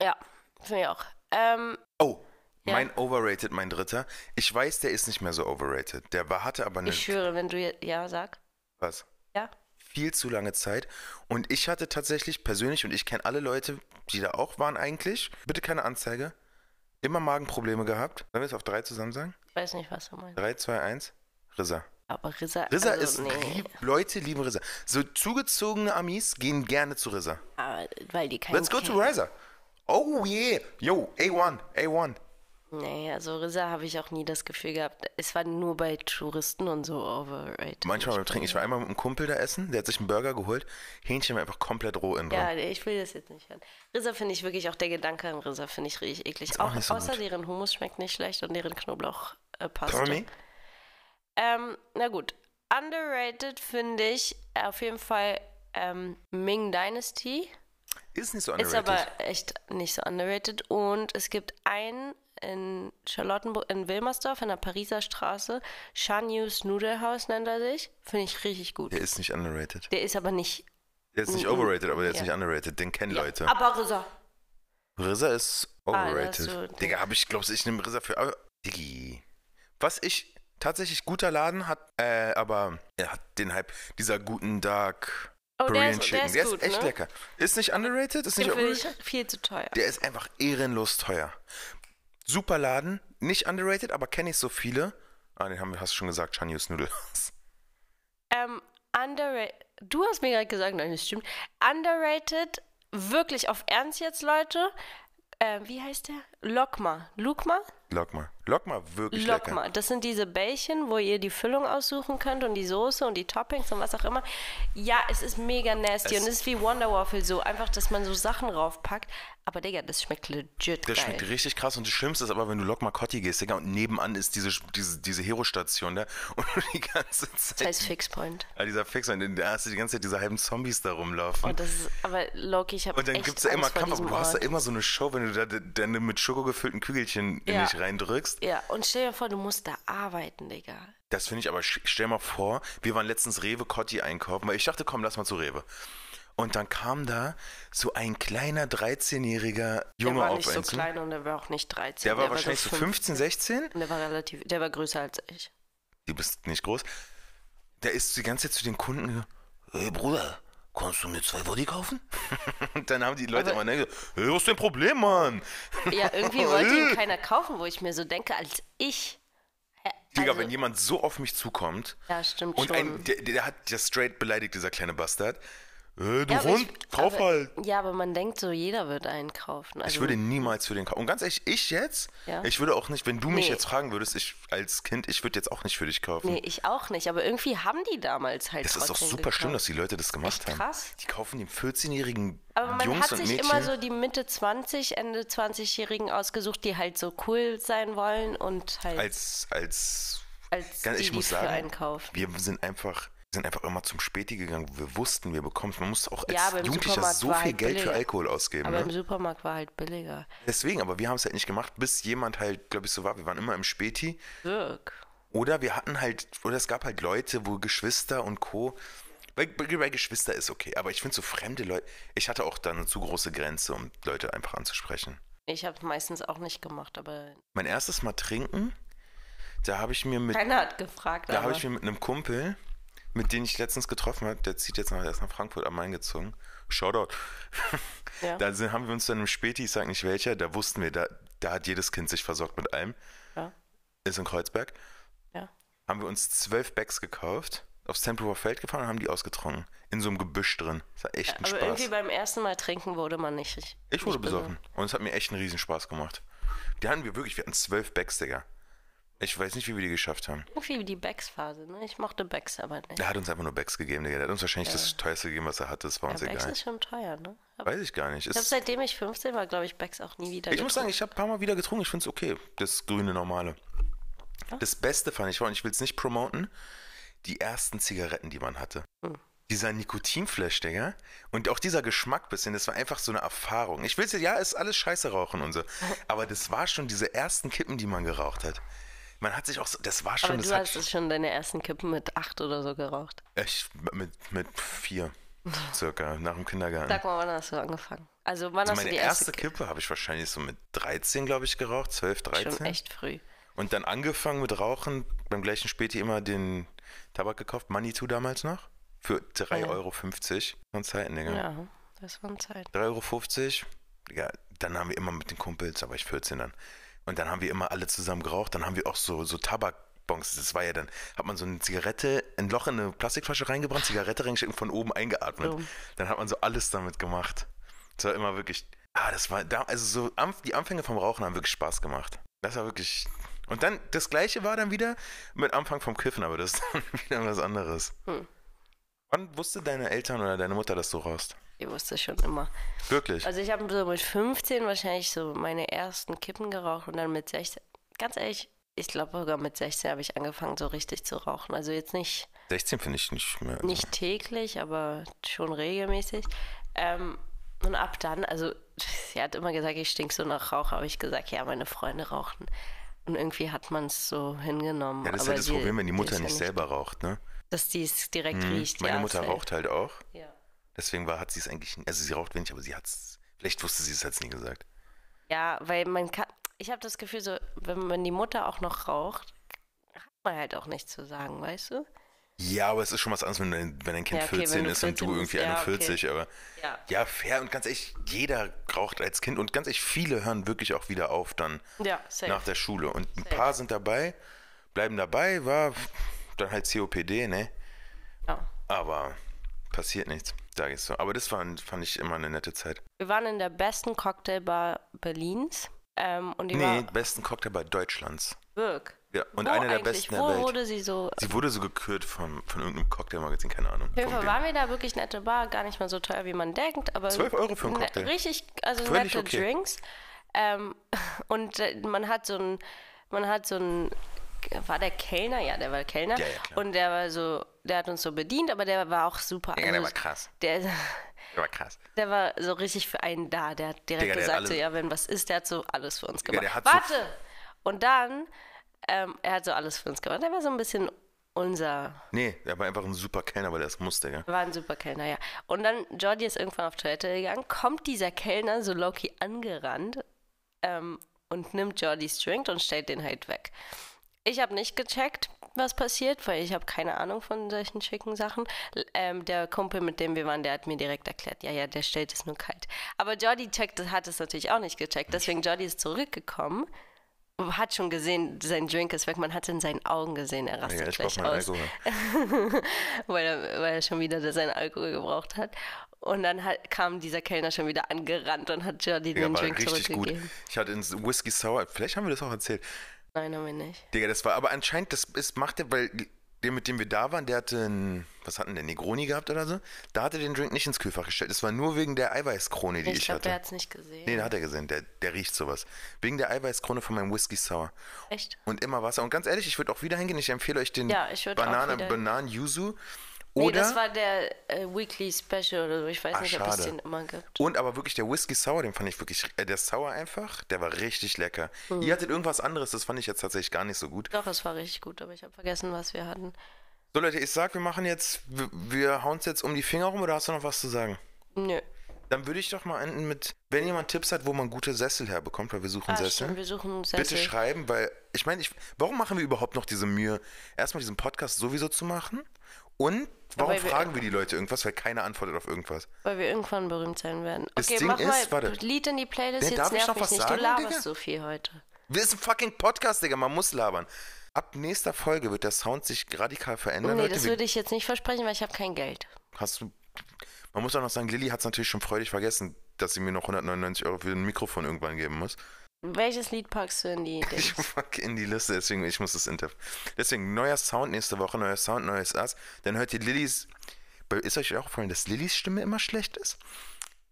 [SPEAKER 2] Ja, finde ich auch. Ähm,
[SPEAKER 1] Oh,
[SPEAKER 2] Ja.
[SPEAKER 1] mein Overrated, mein dritter. Ich weiß, der ist nicht mehr so overrated. Der war, hatte aber eine
[SPEAKER 2] ich schwöre, wenn du je- ja sag.
[SPEAKER 1] was,
[SPEAKER 2] Ja.
[SPEAKER 1] viel zu lange Zeit. Und ich hatte tatsächlich persönlich, und ich kenne alle Leute, die da auch waren eigentlich, bitte keine Anzeige, immer Magenprobleme gehabt. Sollen wir es auf drei zusammen sagen?
[SPEAKER 2] Ich weiß nicht, was du meinst.
[SPEAKER 1] Drei, zwei, eins. Rissa.
[SPEAKER 2] Aber Rissa,
[SPEAKER 1] Rissa
[SPEAKER 2] also,
[SPEAKER 1] ist,
[SPEAKER 2] nee,
[SPEAKER 1] lieb, Leute lieben Rissa. So zugezogene Amis gehen gerne zu Rissa.
[SPEAKER 2] aber, ah, weil die keinen
[SPEAKER 1] Let's go to Rissa. Oh yeah. Yo, A1, A1.
[SPEAKER 2] Nee, also Rissa habe ich auch nie das Gefühl gehabt. Es war nur bei Touristen und so overrated.
[SPEAKER 1] Manchmal beim Trinken. Ich war einmal mit einem Kumpel da essen, der hat sich einen Burger geholt. Hähnchen war einfach komplett roh innen drin.
[SPEAKER 2] Ja, nee, ich will das jetzt nicht hören. Rissa finde ich wirklich, auch der Gedanke an Rissa finde ich richtig eklig.
[SPEAKER 1] auch
[SPEAKER 2] Auch,
[SPEAKER 1] nicht so
[SPEAKER 2] außer
[SPEAKER 1] gut.
[SPEAKER 2] deren Hummus schmeckt nicht schlecht und deren Knoblauch äh, passt.
[SPEAKER 1] Tommy?
[SPEAKER 2] Ähm, na gut. Underrated finde ich auf jeden Fall ähm, Ming Dynasty.
[SPEAKER 1] Ist nicht so
[SPEAKER 2] Ist
[SPEAKER 1] underrated.
[SPEAKER 2] aber echt nicht so underrated. Und es gibt einen in Charlottenburg, in Wilmersdorf, in der Pariser Straße. Shanyus Nudelhaus nennt er sich. Finde ich richtig gut.
[SPEAKER 1] der ist nicht underrated.
[SPEAKER 2] Der ist aber nicht.
[SPEAKER 1] Der ist nicht
[SPEAKER 2] Mhm.
[SPEAKER 1] overrated, aber der ist
[SPEAKER 2] Ja. Ah,
[SPEAKER 1] nicht underrated. Den kennen Leute.
[SPEAKER 2] Aber Risa.
[SPEAKER 1] Rizza ist
[SPEAKER 2] da
[SPEAKER 1] overrated.
[SPEAKER 2] hast du-
[SPEAKER 1] Digga, hab ich, glaubst du, ich nehme Rizza für. aber- Diggi. Was ich tatsächlich guter Laden hat, äh, aber er hat den Hype dieser guten Dark
[SPEAKER 2] Oh, der
[SPEAKER 1] Korean
[SPEAKER 2] ist, der
[SPEAKER 1] Chicken.
[SPEAKER 2] ist,
[SPEAKER 1] Der ist,
[SPEAKER 2] gut,
[SPEAKER 1] echt
[SPEAKER 2] ne?
[SPEAKER 1] lecker. Ist nicht underrated, ist nicht
[SPEAKER 2] Den finde
[SPEAKER 1] overrated.
[SPEAKER 2] ich viel zu teuer.
[SPEAKER 1] Der ist einfach ehrenlos teuer. Super Laden, nicht underrated, aber kenne ich so viele. Ah, den haben wir, hast du schon gesagt, Chanyus <laughs> Nudelhaus.
[SPEAKER 2] Ähm, underrated. Du hast mir gerade gesagt, nein, das stimmt. Underrated, wirklich auf Ernst jetzt, Leute. Ähm, wie heißt der? Lokma. Lukma?
[SPEAKER 1] Lokma. Lokma, wirklich lecker.
[SPEAKER 2] Lokma. Das sind diese Bällchen, wo ihr die Füllung aussuchen könnt und die Soße und die Toppings und was auch immer. Ja, es ist mega nasty
[SPEAKER 1] Es-
[SPEAKER 2] und es ist wie Wonder Waffle so. Einfach, dass man so Sachen raufpackt. Aber Digga, das schmeckt legit
[SPEAKER 1] Das
[SPEAKER 2] geil.
[SPEAKER 1] schmeckt richtig krass und das Schlimmste ist aber, wenn du Lokma Kotti gehst, Digga, und nebenan ist diese, diese, diese Hero-Station da <laughs> und du die ganze
[SPEAKER 2] das
[SPEAKER 1] Zeit.
[SPEAKER 2] heißt Fixpoint.
[SPEAKER 1] Ah, dieser Fix, und da hast du die ganze Zeit diese halben Zombies da rumlaufen.
[SPEAKER 2] Und das ist, aber Loki, ich habe
[SPEAKER 1] Und dann
[SPEAKER 2] echt
[SPEAKER 1] gibt es da immer
[SPEAKER 2] Angst vor
[SPEAKER 1] Kampf, aber
[SPEAKER 2] diesem
[SPEAKER 1] du hast da
[SPEAKER 2] Ort.
[SPEAKER 1] immer so eine Show, wenn du da de- deine mit Schoko gefüllten Kügelchen in
[SPEAKER 2] Ja.
[SPEAKER 1] dich reindrückst.
[SPEAKER 2] Ja, und stell dir vor, du musst da arbeiten, Digga.
[SPEAKER 1] Das finde ich aber, sch- stell mal vor, wir waren letztens Rewe Cotti einkaufen, weil ich dachte, komm, lass mal zu Rewe. Und dann kam da so ein kleiner 13-jähriger
[SPEAKER 2] Der
[SPEAKER 1] Junge
[SPEAKER 2] war
[SPEAKER 1] auf
[SPEAKER 2] nicht so
[SPEAKER 1] uns.
[SPEAKER 2] klein und der war auch nicht 13.
[SPEAKER 1] der war wahrscheinlich so
[SPEAKER 2] 5.
[SPEAKER 1] 15, 16.
[SPEAKER 2] Der war relativ, der war größer als ich.
[SPEAKER 1] Du bist nicht groß. Der ist die ganze Zeit zu den Kunden gegangen. Hey Bruder, kannst du mir zwei Body kaufen? <laughs> Und dann haben die Leute
[SPEAKER 2] Aber-
[SPEAKER 1] immer ne, gesagt, hey, was ist dein Problem, Mann?
[SPEAKER 2] Ja,
[SPEAKER 1] <laughs>
[SPEAKER 2] irgendwie wollte
[SPEAKER 1] Äh.
[SPEAKER 2] ihn keiner kaufen, wo ich mir so denke, als ich. Hä?
[SPEAKER 1] Digga,
[SPEAKER 2] Also-
[SPEAKER 1] wenn jemand so auf mich zukommt,
[SPEAKER 2] Ja, stimmt
[SPEAKER 1] Und
[SPEAKER 2] schon.
[SPEAKER 1] ein, der, der hat ja straight beleidigt, dieser kleine Bastard. Äh, du
[SPEAKER 2] Ja, aber
[SPEAKER 1] Hund,
[SPEAKER 2] ich-
[SPEAKER 1] kauf
[SPEAKER 2] aber,
[SPEAKER 1] halt.
[SPEAKER 2] Ja, aber man denkt so, jeder wird einen kaufen. Also,
[SPEAKER 1] Ich würde niemals für den kaufen. Und ganz ehrlich, ich jetzt,
[SPEAKER 2] Ja.
[SPEAKER 1] ich würde auch nicht, wenn du mich
[SPEAKER 2] Nee.
[SPEAKER 1] jetzt fragen würdest, ich als Kind, ich würde jetzt auch nicht für dich kaufen.
[SPEAKER 2] Nee, ich auch nicht, aber irgendwie haben die damals halt
[SPEAKER 1] Das ist doch
[SPEAKER 2] trotzdem
[SPEAKER 1] super schlimm,
[SPEAKER 2] gekauft.
[SPEAKER 1] dass die Leute das gemacht
[SPEAKER 2] Echt
[SPEAKER 1] haben.
[SPEAKER 2] krass.
[SPEAKER 1] Die kaufen dem 14-jährigen
[SPEAKER 2] Aber man
[SPEAKER 1] Jungs
[SPEAKER 2] hat
[SPEAKER 1] und
[SPEAKER 2] sich
[SPEAKER 1] Mädchen.
[SPEAKER 2] immer so die Mitte 20, Ende 20-Jährigen ausgesucht, die halt so cool sein wollen und halt als,
[SPEAKER 1] als, als,
[SPEAKER 2] die,
[SPEAKER 1] ganz, ich
[SPEAKER 2] die
[SPEAKER 1] muss
[SPEAKER 2] für
[SPEAKER 1] sagen,
[SPEAKER 2] einen kaufen.
[SPEAKER 1] wir sind einfach, sind einfach immer zum Späti gegangen. Wir wussten, wir bekommen, man muss auch als
[SPEAKER 2] Ja, aber im
[SPEAKER 1] Jugendlicher
[SPEAKER 2] Supermarkt
[SPEAKER 1] so
[SPEAKER 2] war
[SPEAKER 1] viel
[SPEAKER 2] halt
[SPEAKER 1] Geld für
[SPEAKER 2] billiger.
[SPEAKER 1] Alkohol ausgeben.
[SPEAKER 2] Aber
[SPEAKER 1] Ne?
[SPEAKER 2] im Supermarkt war halt billiger.
[SPEAKER 1] Deswegen, aber wir haben es halt nicht gemacht, bis jemand halt, glaube ich, so war. Wir waren immer im Späti.
[SPEAKER 2] Wirk.
[SPEAKER 1] Oder wir hatten halt, oder es gab halt Leute, wo Geschwister und Co. Bei, bei, bei Geschwister ist okay, aber ich finde so fremde Leute. Ich hatte auch dann eine zu große Grenze, um Leute einfach anzusprechen.
[SPEAKER 2] Ich habe es meistens auch nicht gemacht, aber
[SPEAKER 1] Mein erstes Mal trinken, da habe ich mir mit,
[SPEAKER 2] keiner hat gefragt.
[SPEAKER 1] da
[SPEAKER 2] aber
[SPEAKER 1] habe ich mir mit einem Kumpel, mit dem ich letztens getroffen habe, der zieht jetzt nach, der ist nach Frankfurt am Main gezogen. Shoutout. <laughs>
[SPEAKER 2] ja.
[SPEAKER 1] Da sind, haben wir uns dann im Späti, ich sag nicht welcher, da wussten wir, da, da hat jedes Kind sich versorgt mit allem.
[SPEAKER 2] Ja.
[SPEAKER 1] Ist in Kreuzberg.
[SPEAKER 2] Ja.
[SPEAKER 1] Haben wir uns zwölf Bags gekauft, aufs Tempelhofer Feld gefahren und haben die ausgetrunken. In so einem Gebüsch drin. Das war echt ein
[SPEAKER 2] aber irgendwie
[SPEAKER 1] Spaß.
[SPEAKER 2] beim ersten Mal trinken wurde man nicht.
[SPEAKER 1] Ich wurde
[SPEAKER 2] nicht
[SPEAKER 1] besoffen. Und es hat mir echt einen riesen Spaß gemacht. Die hatten wir wirklich, wir hatten zwölf Bags, Digga. Ich weiß nicht, wie wir die geschafft haben.
[SPEAKER 2] Irgendwie die Becks-Phase, ne? Ich mochte Becks aber nicht.
[SPEAKER 1] Der hat uns einfach nur Bags gegeben, Digga. Der hat uns wahrscheinlich das teuerste gegeben, was er hatte. Das war uns
[SPEAKER 2] Aber Becks
[SPEAKER 1] egal.
[SPEAKER 2] ist schon teuer, ne? Hab-
[SPEAKER 1] Weiß ich gar nicht.
[SPEAKER 2] Ich habe
[SPEAKER 1] Ist,
[SPEAKER 2] seitdem ich 15 war, glaube ich, Becks auch nie wieder
[SPEAKER 1] Ich muss sagen, ich habe ein paar Mal wieder getrunken. Ich finde es okay. Das grüne Normale. Das Beste fand ich, und ich will es nicht promoten, die ersten Zigaretten, die man hatte.
[SPEAKER 2] Hm.
[SPEAKER 1] Dieser Nikotinflash, Digga. Und auch dieser Geschmack bisschen, das war einfach so eine Erfahrung. Ich will es ja, ist alles scheiße rauchen und
[SPEAKER 2] <laughs>
[SPEAKER 1] so. Aber das war schon diese ersten Kippen, die man geraucht hat. Man hat sich auch so, das war schon,
[SPEAKER 2] aber
[SPEAKER 1] das
[SPEAKER 2] du
[SPEAKER 1] hat
[SPEAKER 2] hast es schon deine ersten Kippen mit 8 oder so geraucht.
[SPEAKER 1] ich, mit, mit vier
[SPEAKER 2] <laughs>
[SPEAKER 1] circa, nach dem Kindergarten.
[SPEAKER 2] Sag mal, wann hast du angefangen? Also wann
[SPEAKER 1] also
[SPEAKER 2] hast
[SPEAKER 1] meine
[SPEAKER 2] du die
[SPEAKER 1] erste
[SPEAKER 2] erste,
[SPEAKER 1] Kippe habe ich wahrscheinlich so mit 13, glaube ich, geraucht. 12, 13.
[SPEAKER 2] Schon echt früh.
[SPEAKER 1] Und dann angefangen mit Rauchen, beim gleichen Späti immer den Tabak gekauft, Manitou damals noch, für 3,50
[SPEAKER 2] Ja.
[SPEAKER 1] Euro von Zeiten, Digga.
[SPEAKER 2] Ja, das war Zeit.
[SPEAKER 1] 3,50 Euro, ja, dann haben wir immer mit den Kumpels, da war ich 14 dann, und dann haben wir immer alle zusammen geraucht, dann haben wir auch so, so Tabakbons, das war ja dann, hat man so eine Zigarette, ein Loch in eine Plastikflasche reingebrannt, Zigarette reingeschickt und von oben eingeatmet.
[SPEAKER 2] Dumm.
[SPEAKER 1] Dann hat man so alles damit gemacht. Das war immer wirklich, ah, das war, da, also so, Anf- die Anfänge vom Rauchen haben wirklich Spaß gemacht. Das war wirklich, und dann, das Gleiche war dann wieder mit Anfang vom Kiffen, aber das ist dann <laughs> wieder was anderes.
[SPEAKER 2] Hm.
[SPEAKER 1] Wann wusste deine Eltern oder deine Mutter, dass du rauchst?
[SPEAKER 2] Ich wusste schon immer.
[SPEAKER 1] Wirklich?
[SPEAKER 2] Also ich habe so mit 15 wahrscheinlich so meine ersten Kippen geraucht und dann mit 16. Ganz ehrlich, ich glaube sogar mit 16 habe ich angefangen, so richtig zu rauchen. Also jetzt nicht
[SPEAKER 1] 16 finde ich nicht mehr. Also.
[SPEAKER 2] Nicht täglich, aber schon regelmäßig. Ähm, und ab dann, also <laughs> sie hat immer gesagt, ich stink so nach Rauch, habe ich gesagt, ja, meine Freunde rauchen. Und irgendwie hat man es so hingenommen.
[SPEAKER 1] Ja, das ist ja
[SPEAKER 2] aber
[SPEAKER 1] das
[SPEAKER 2] die-
[SPEAKER 1] Problem, wenn die Mutter
[SPEAKER 2] ist ja
[SPEAKER 1] nicht selber raucht, ne?
[SPEAKER 2] Dass die es direkt riecht.
[SPEAKER 1] Meine
[SPEAKER 2] ja,
[SPEAKER 1] Mutter
[SPEAKER 2] safe.
[SPEAKER 1] raucht halt auch.
[SPEAKER 2] Ja.
[SPEAKER 1] Deswegen war, hat sie es eigentlich, nie- also sie raucht wenig, aber sie hat es, vielleicht wusste sie es, hat es nie gesagt.
[SPEAKER 2] ja, weil man kann, ich habe das Gefühl, so, wenn man die Mutter auch noch raucht, hat man halt auch nichts zu sagen, weißt du?
[SPEAKER 1] Ja, aber es ist schon was anderes, wenn dein, wenn dein Kind
[SPEAKER 2] Ja, okay, wenn
[SPEAKER 1] 14
[SPEAKER 2] du
[SPEAKER 1] ist und
[SPEAKER 2] 14
[SPEAKER 1] du
[SPEAKER 2] bist,
[SPEAKER 1] irgendwie
[SPEAKER 2] ja, okay.
[SPEAKER 1] 41, aber
[SPEAKER 2] Ja.
[SPEAKER 1] ja, fair und ganz ehrlich, jeder raucht als Kind und ganz ehrlich, viele hören wirklich auch wieder auf dann
[SPEAKER 2] Ja, safe.
[SPEAKER 1] nach der Schule und ein paar sind dabei, bleiben dabei, war dann halt COPD, ne?
[SPEAKER 2] Ja.
[SPEAKER 1] Aber passiert nichts, sage ich so. Aber das war, fand ich immer eine nette Zeit.
[SPEAKER 2] Wir waren in der besten Cocktailbar Berlins. Ähm, und die
[SPEAKER 1] Nee,
[SPEAKER 2] war
[SPEAKER 1] besten Cocktailbar Deutschlands.
[SPEAKER 2] Wirk.
[SPEAKER 1] Ja, und
[SPEAKER 2] Wo
[SPEAKER 1] einer der
[SPEAKER 2] eigentlich?
[SPEAKER 1] besten
[SPEAKER 2] Wo
[SPEAKER 1] der Welt.
[SPEAKER 2] wurde sie so? Auf
[SPEAKER 1] Sie wurde so gekürt von, von irgendeinem Cocktailmagazin, keine Ahnung.
[SPEAKER 2] jeden Fall
[SPEAKER 1] Von
[SPEAKER 2] waren wir da wirklich nette Bar, gar nicht mal so teuer, wie man denkt, aber
[SPEAKER 1] 12 Euro für einen
[SPEAKER 2] ne-
[SPEAKER 1] Cocktail.
[SPEAKER 2] Richtig, also
[SPEAKER 1] Völlig
[SPEAKER 2] nette
[SPEAKER 1] okay.
[SPEAKER 2] Drinks. Ähm, <laughs> und äh, man hat so ein, man hat so ein, war der Kellner? Ja, der war Kellner.
[SPEAKER 1] Ja, ja, klar.
[SPEAKER 2] und der war so, der hat uns so bedient, aber der war auch super.
[SPEAKER 1] Digga, der
[SPEAKER 2] also
[SPEAKER 1] war krass.
[SPEAKER 2] Der,
[SPEAKER 1] Der war krass.
[SPEAKER 2] der war so richtig für einen da. Der hat direkt
[SPEAKER 1] Digga, der hat
[SPEAKER 2] gesagt, so,
[SPEAKER 1] alles-
[SPEAKER 2] ja, wenn was ist, der hat so alles für uns
[SPEAKER 1] Digga,
[SPEAKER 2] gemacht.
[SPEAKER 1] der hat so-
[SPEAKER 2] Warte! und dann, ähm, er hat so alles für uns gemacht. Der war so ein bisschen unser
[SPEAKER 1] Nee, der war einfach ein super Kellner, weil er es muss, Digga.
[SPEAKER 2] war ein super Kellner, ja. Und dann, Jordi ist irgendwann auf Toilette gegangen, kommt dieser Kellner so Loki angerannt ähm, und nimmt Jordis Drink und stellt den halt weg. Ich habe nicht gecheckt, was passiert, weil ich habe keine Ahnung von solchen schicken Sachen. L- Ähm, der Kumpel, mit dem wir waren, der hat mir direkt erklärt, ja, ja, der stellt es nur kalt. Aber Jordi checkt, hat es natürlich auch nicht gecheckt. Deswegen Jordi ist zurückgekommen hat schon gesehen, sein Drink ist weg. Man hat in seinen Augen gesehen, er rastet
[SPEAKER 1] Ja, ich brauche
[SPEAKER 2] gleich
[SPEAKER 1] meinen
[SPEAKER 2] aus.
[SPEAKER 1] Alkohol.
[SPEAKER 2] weil, er, weil er schon wieder seinen Alkohol gebraucht hat. Und dann hat, kam dieser Kellner schon wieder angerannt und hat Jordi
[SPEAKER 1] Digga,
[SPEAKER 2] den
[SPEAKER 1] war
[SPEAKER 2] Drink
[SPEAKER 1] richtig gut.
[SPEAKER 2] zurückgegeben.
[SPEAKER 1] Ich hatte ins Whisky Sour, vielleicht haben wir das auch erzählt.
[SPEAKER 2] Nein, haben wir nicht.
[SPEAKER 1] Digga, das war aber anscheinend, das ist, macht er, weil der, mit dem wir da waren, der hatte einen, was hatten der, Negroni gehabt oder so? Da hat er den Drink nicht ins Kühlfach gestellt. Das war nur wegen der Eiweißkrone, die ich,
[SPEAKER 2] Ich glaube, der
[SPEAKER 1] hatte.
[SPEAKER 2] hat es nicht gesehen.
[SPEAKER 1] Nee, da hat er gesehen, der, der riecht sowas. Wegen der Eiweißkrone von meinem Whisky Sour.
[SPEAKER 2] Echt?
[SPEAKER 1] Und immer Wasser. Und ganz ehrlich, ich würde auch wieder hingehen. Ich empfehle euch den
[SPEAKER 2] Ja, ich würd auch
[SPEAKER 1] Banane,
[SPEAKER 2] wieder-
[SPEAKER 1] Bananen Yuzu.
[SPEAKER 2] Nee,
[SPEAKER 1] Oder,
[SPEAKER 2] das war der äh, Weekly Special oder so. Ich weiß
[SPEAKER 1] Ah,
[SPEAKER 2] nicht, ob es
[SPEAKER 1] schade.
[SPEAKER 2] den immer gibt.
[SPEAKER 1] und aber wirklich der Whisky Sour, den fand ich wirklich, äh, der Sour einfach, der war richtig lecker.
[SPEAKER 2] Hm.
[SPEAKER 1] Ihr hattet irgendwas anderes, das fand ich jetzt tatsächlich gar nicht so gut.
[SPEAKER 2] Doch, es war richtig gut, aber ich habe vergessen, was wir hatten.
[SPEAKER 1] So Leute, ich sag, wir machen jetzt, wir, wir hauen jetzt um die Finger rum oder hast du noch was zu sagen?
[SPEAKER 2] Nö.
[SPEAKER 1] Dann würde ich doch mal enden mit, wenn jemand Tipps hat, wo man gute Sessel herbekommt, weil wir suchen
[SPEAKER 2] Ah,
[SPEAKER 1] Sessel.
[SPEAKER 2] stimmt, wir suchen
[SPEAKER 1] Bitte
[SPEAKER 2] Sessel.
[SPEAKER 1] schreiben, weil ich meine, ich, warum machen wir überhaupt noch diese Mühe, erstmal diesen Podcast sowieso zu machen und warum
[SPEAKER 2] Weil wir-
[SPEAKER 1] fragen wir die Leute irgendwas, weil keiner antwortet auf irgendwas?
[SPEAKER 2] weil wir irgendwann berühmt sein werden.
[SPEAKER 1] Das
[SPEAKER 2] Okay,
[SPEAKER 1] Ding
[SPEAKER 2] mach mal
[SPEAKER 1] ist- warte.
[SPEAKER 2] Lied in die Playlist,
[SPEAKER 1] Nee,
[SPEAKER 2] jetzt
[SPEAKER 1] darf ich
[SPEAKER 2] nerv
[SPEAKER 1] noch
[SPEAKER 2] mich
[SPEAKER 1] was
[SPEAKER 2] nicht.
[SPEAKER 1] sagen,
[SPEAKER 2] du laberst
[SPEAKER 1] Digga?
[SPEAKER 2] so viel heute.
[SPEAKER 1] Wir sind ein fucking Podcast, Digga, man muss labern. Ab nächster Folge wird der Sound sich radikal verändern,
[SPEAKER 2] nee,
[SPEAKER 1] Leute.
[SPEAKER 2] das
[SPEAKER 1] Wir,
[SPEAKER 2] würde ich jetzt nicht versprechen, weil ich habe kein Geld.
[SPEAKER 1] hast du, man muss auch noch sagen, Lilly hat es natürlich schon freudig vergessen, dass sie mir noch 199 Euro für ein Mikrofon irgendwann geben muss.
[SPEAKER 2] Welches Lied packst du in die Idee?
[SPEAKER 1] <laughs> Ich fuck in die Liste, deswegen ich muss das Inter. Deswegen neuer Sound nächste Woche, neuer Sound, neues Ass. Dann hört ihr Lillys. Ist euch auch aufgefallen, dass Lillys Stimme immer schlecht ist?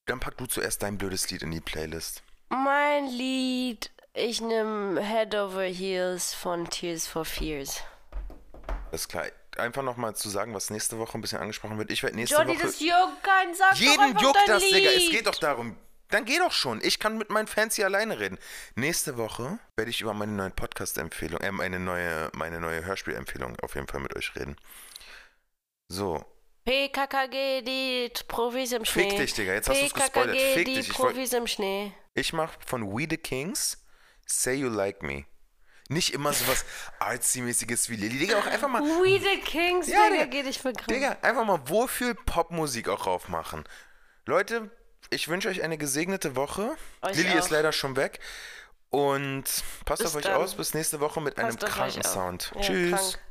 [SPEAKER 1] Dann pack du zuerst dein blödes Lied in die Playlist.
[SPEAKER 2] mein Lied, ich nehme Head Over Heels von Tears for Fears.
[SPEAKER 1] Das ist klar. Einfach nochmal zu sagen, was nächste Woche ein bisschen angesprochen wird. Ich werde nächste
[SPEAKER 2] Jordi,
[SPEAKER 1] Woche.
[SPEAKER 2] das juckt keinen Sack. doch
[SPEAKER 1] jeden
[SPEAKER 2] einfach
[SPEAKER 1] juckt
[SPEAKER 2] dein
[SPEAKER 1] das,
[SPEAKER 2] Lied.
[SPEAKER 1] Digga. Es geht doch darum. Dann geh doch schon. Ich kann mit meinen Fans hier alleine reden. Nächste Woche werde ich über meine neue Podcast-Empfehlung, äh, meine neue, meine neue Hörspielempfehlung auf jeden Fall mit euch reden. So,
[SPEAKER 2] PKKG, die Profis im Schnee.
[SPEAKER 1] Fick dich, Digga, jetzt hast du's gespoilert.
[SPEAKER 2] PKKG,
[SPEAKER 1] Fick
[SPEAKER 2] die
[SPEAKER 1] dich, ich wollt-
[SPEAKER 2] Profis im Schnee.
[SPEAKER 1] Ich mache von We the Kings Say You Like Me. Nicht immer
[SPEAKER 2] <laughs>
[SPEAKER 1] sowas artsy-mäßiges wie Lilly. Digga, auch einfach mal.
[SPEAKER 2] We the Kings,
[SPEAKER 1] Ja, Digga.
[SPEAKER 2] Digga, geh dich begriffen.
[SPEAKER 1] Digga, einfach mal Wohlfühl-Popmusik auch raufmachen. Leute, ich wünsche euch eine gesegnete Woche.
[SPEAKER 2] Euch
[SPEAKER 1] Lilly ist
[SPEAKER 2] auch.
[SPEAKER 1] leider schon weg. Und passt
[SPEAKER 2] Bis
[SPEAKER 1] auf euch
[SPEAKER 2] dann.
[SPEAKER 1] aus. Bis nächste Woche mit einem
[SPEAKER 2] Passt auf euch
[SPEAKER 1] kranken
[SPEAKER 2] auf.
[SPEAKER 1] Sound.
[SPEAKER 2] Ja,
[SPEAKER 1] Tschüss.
[SPEAKER 2] krank.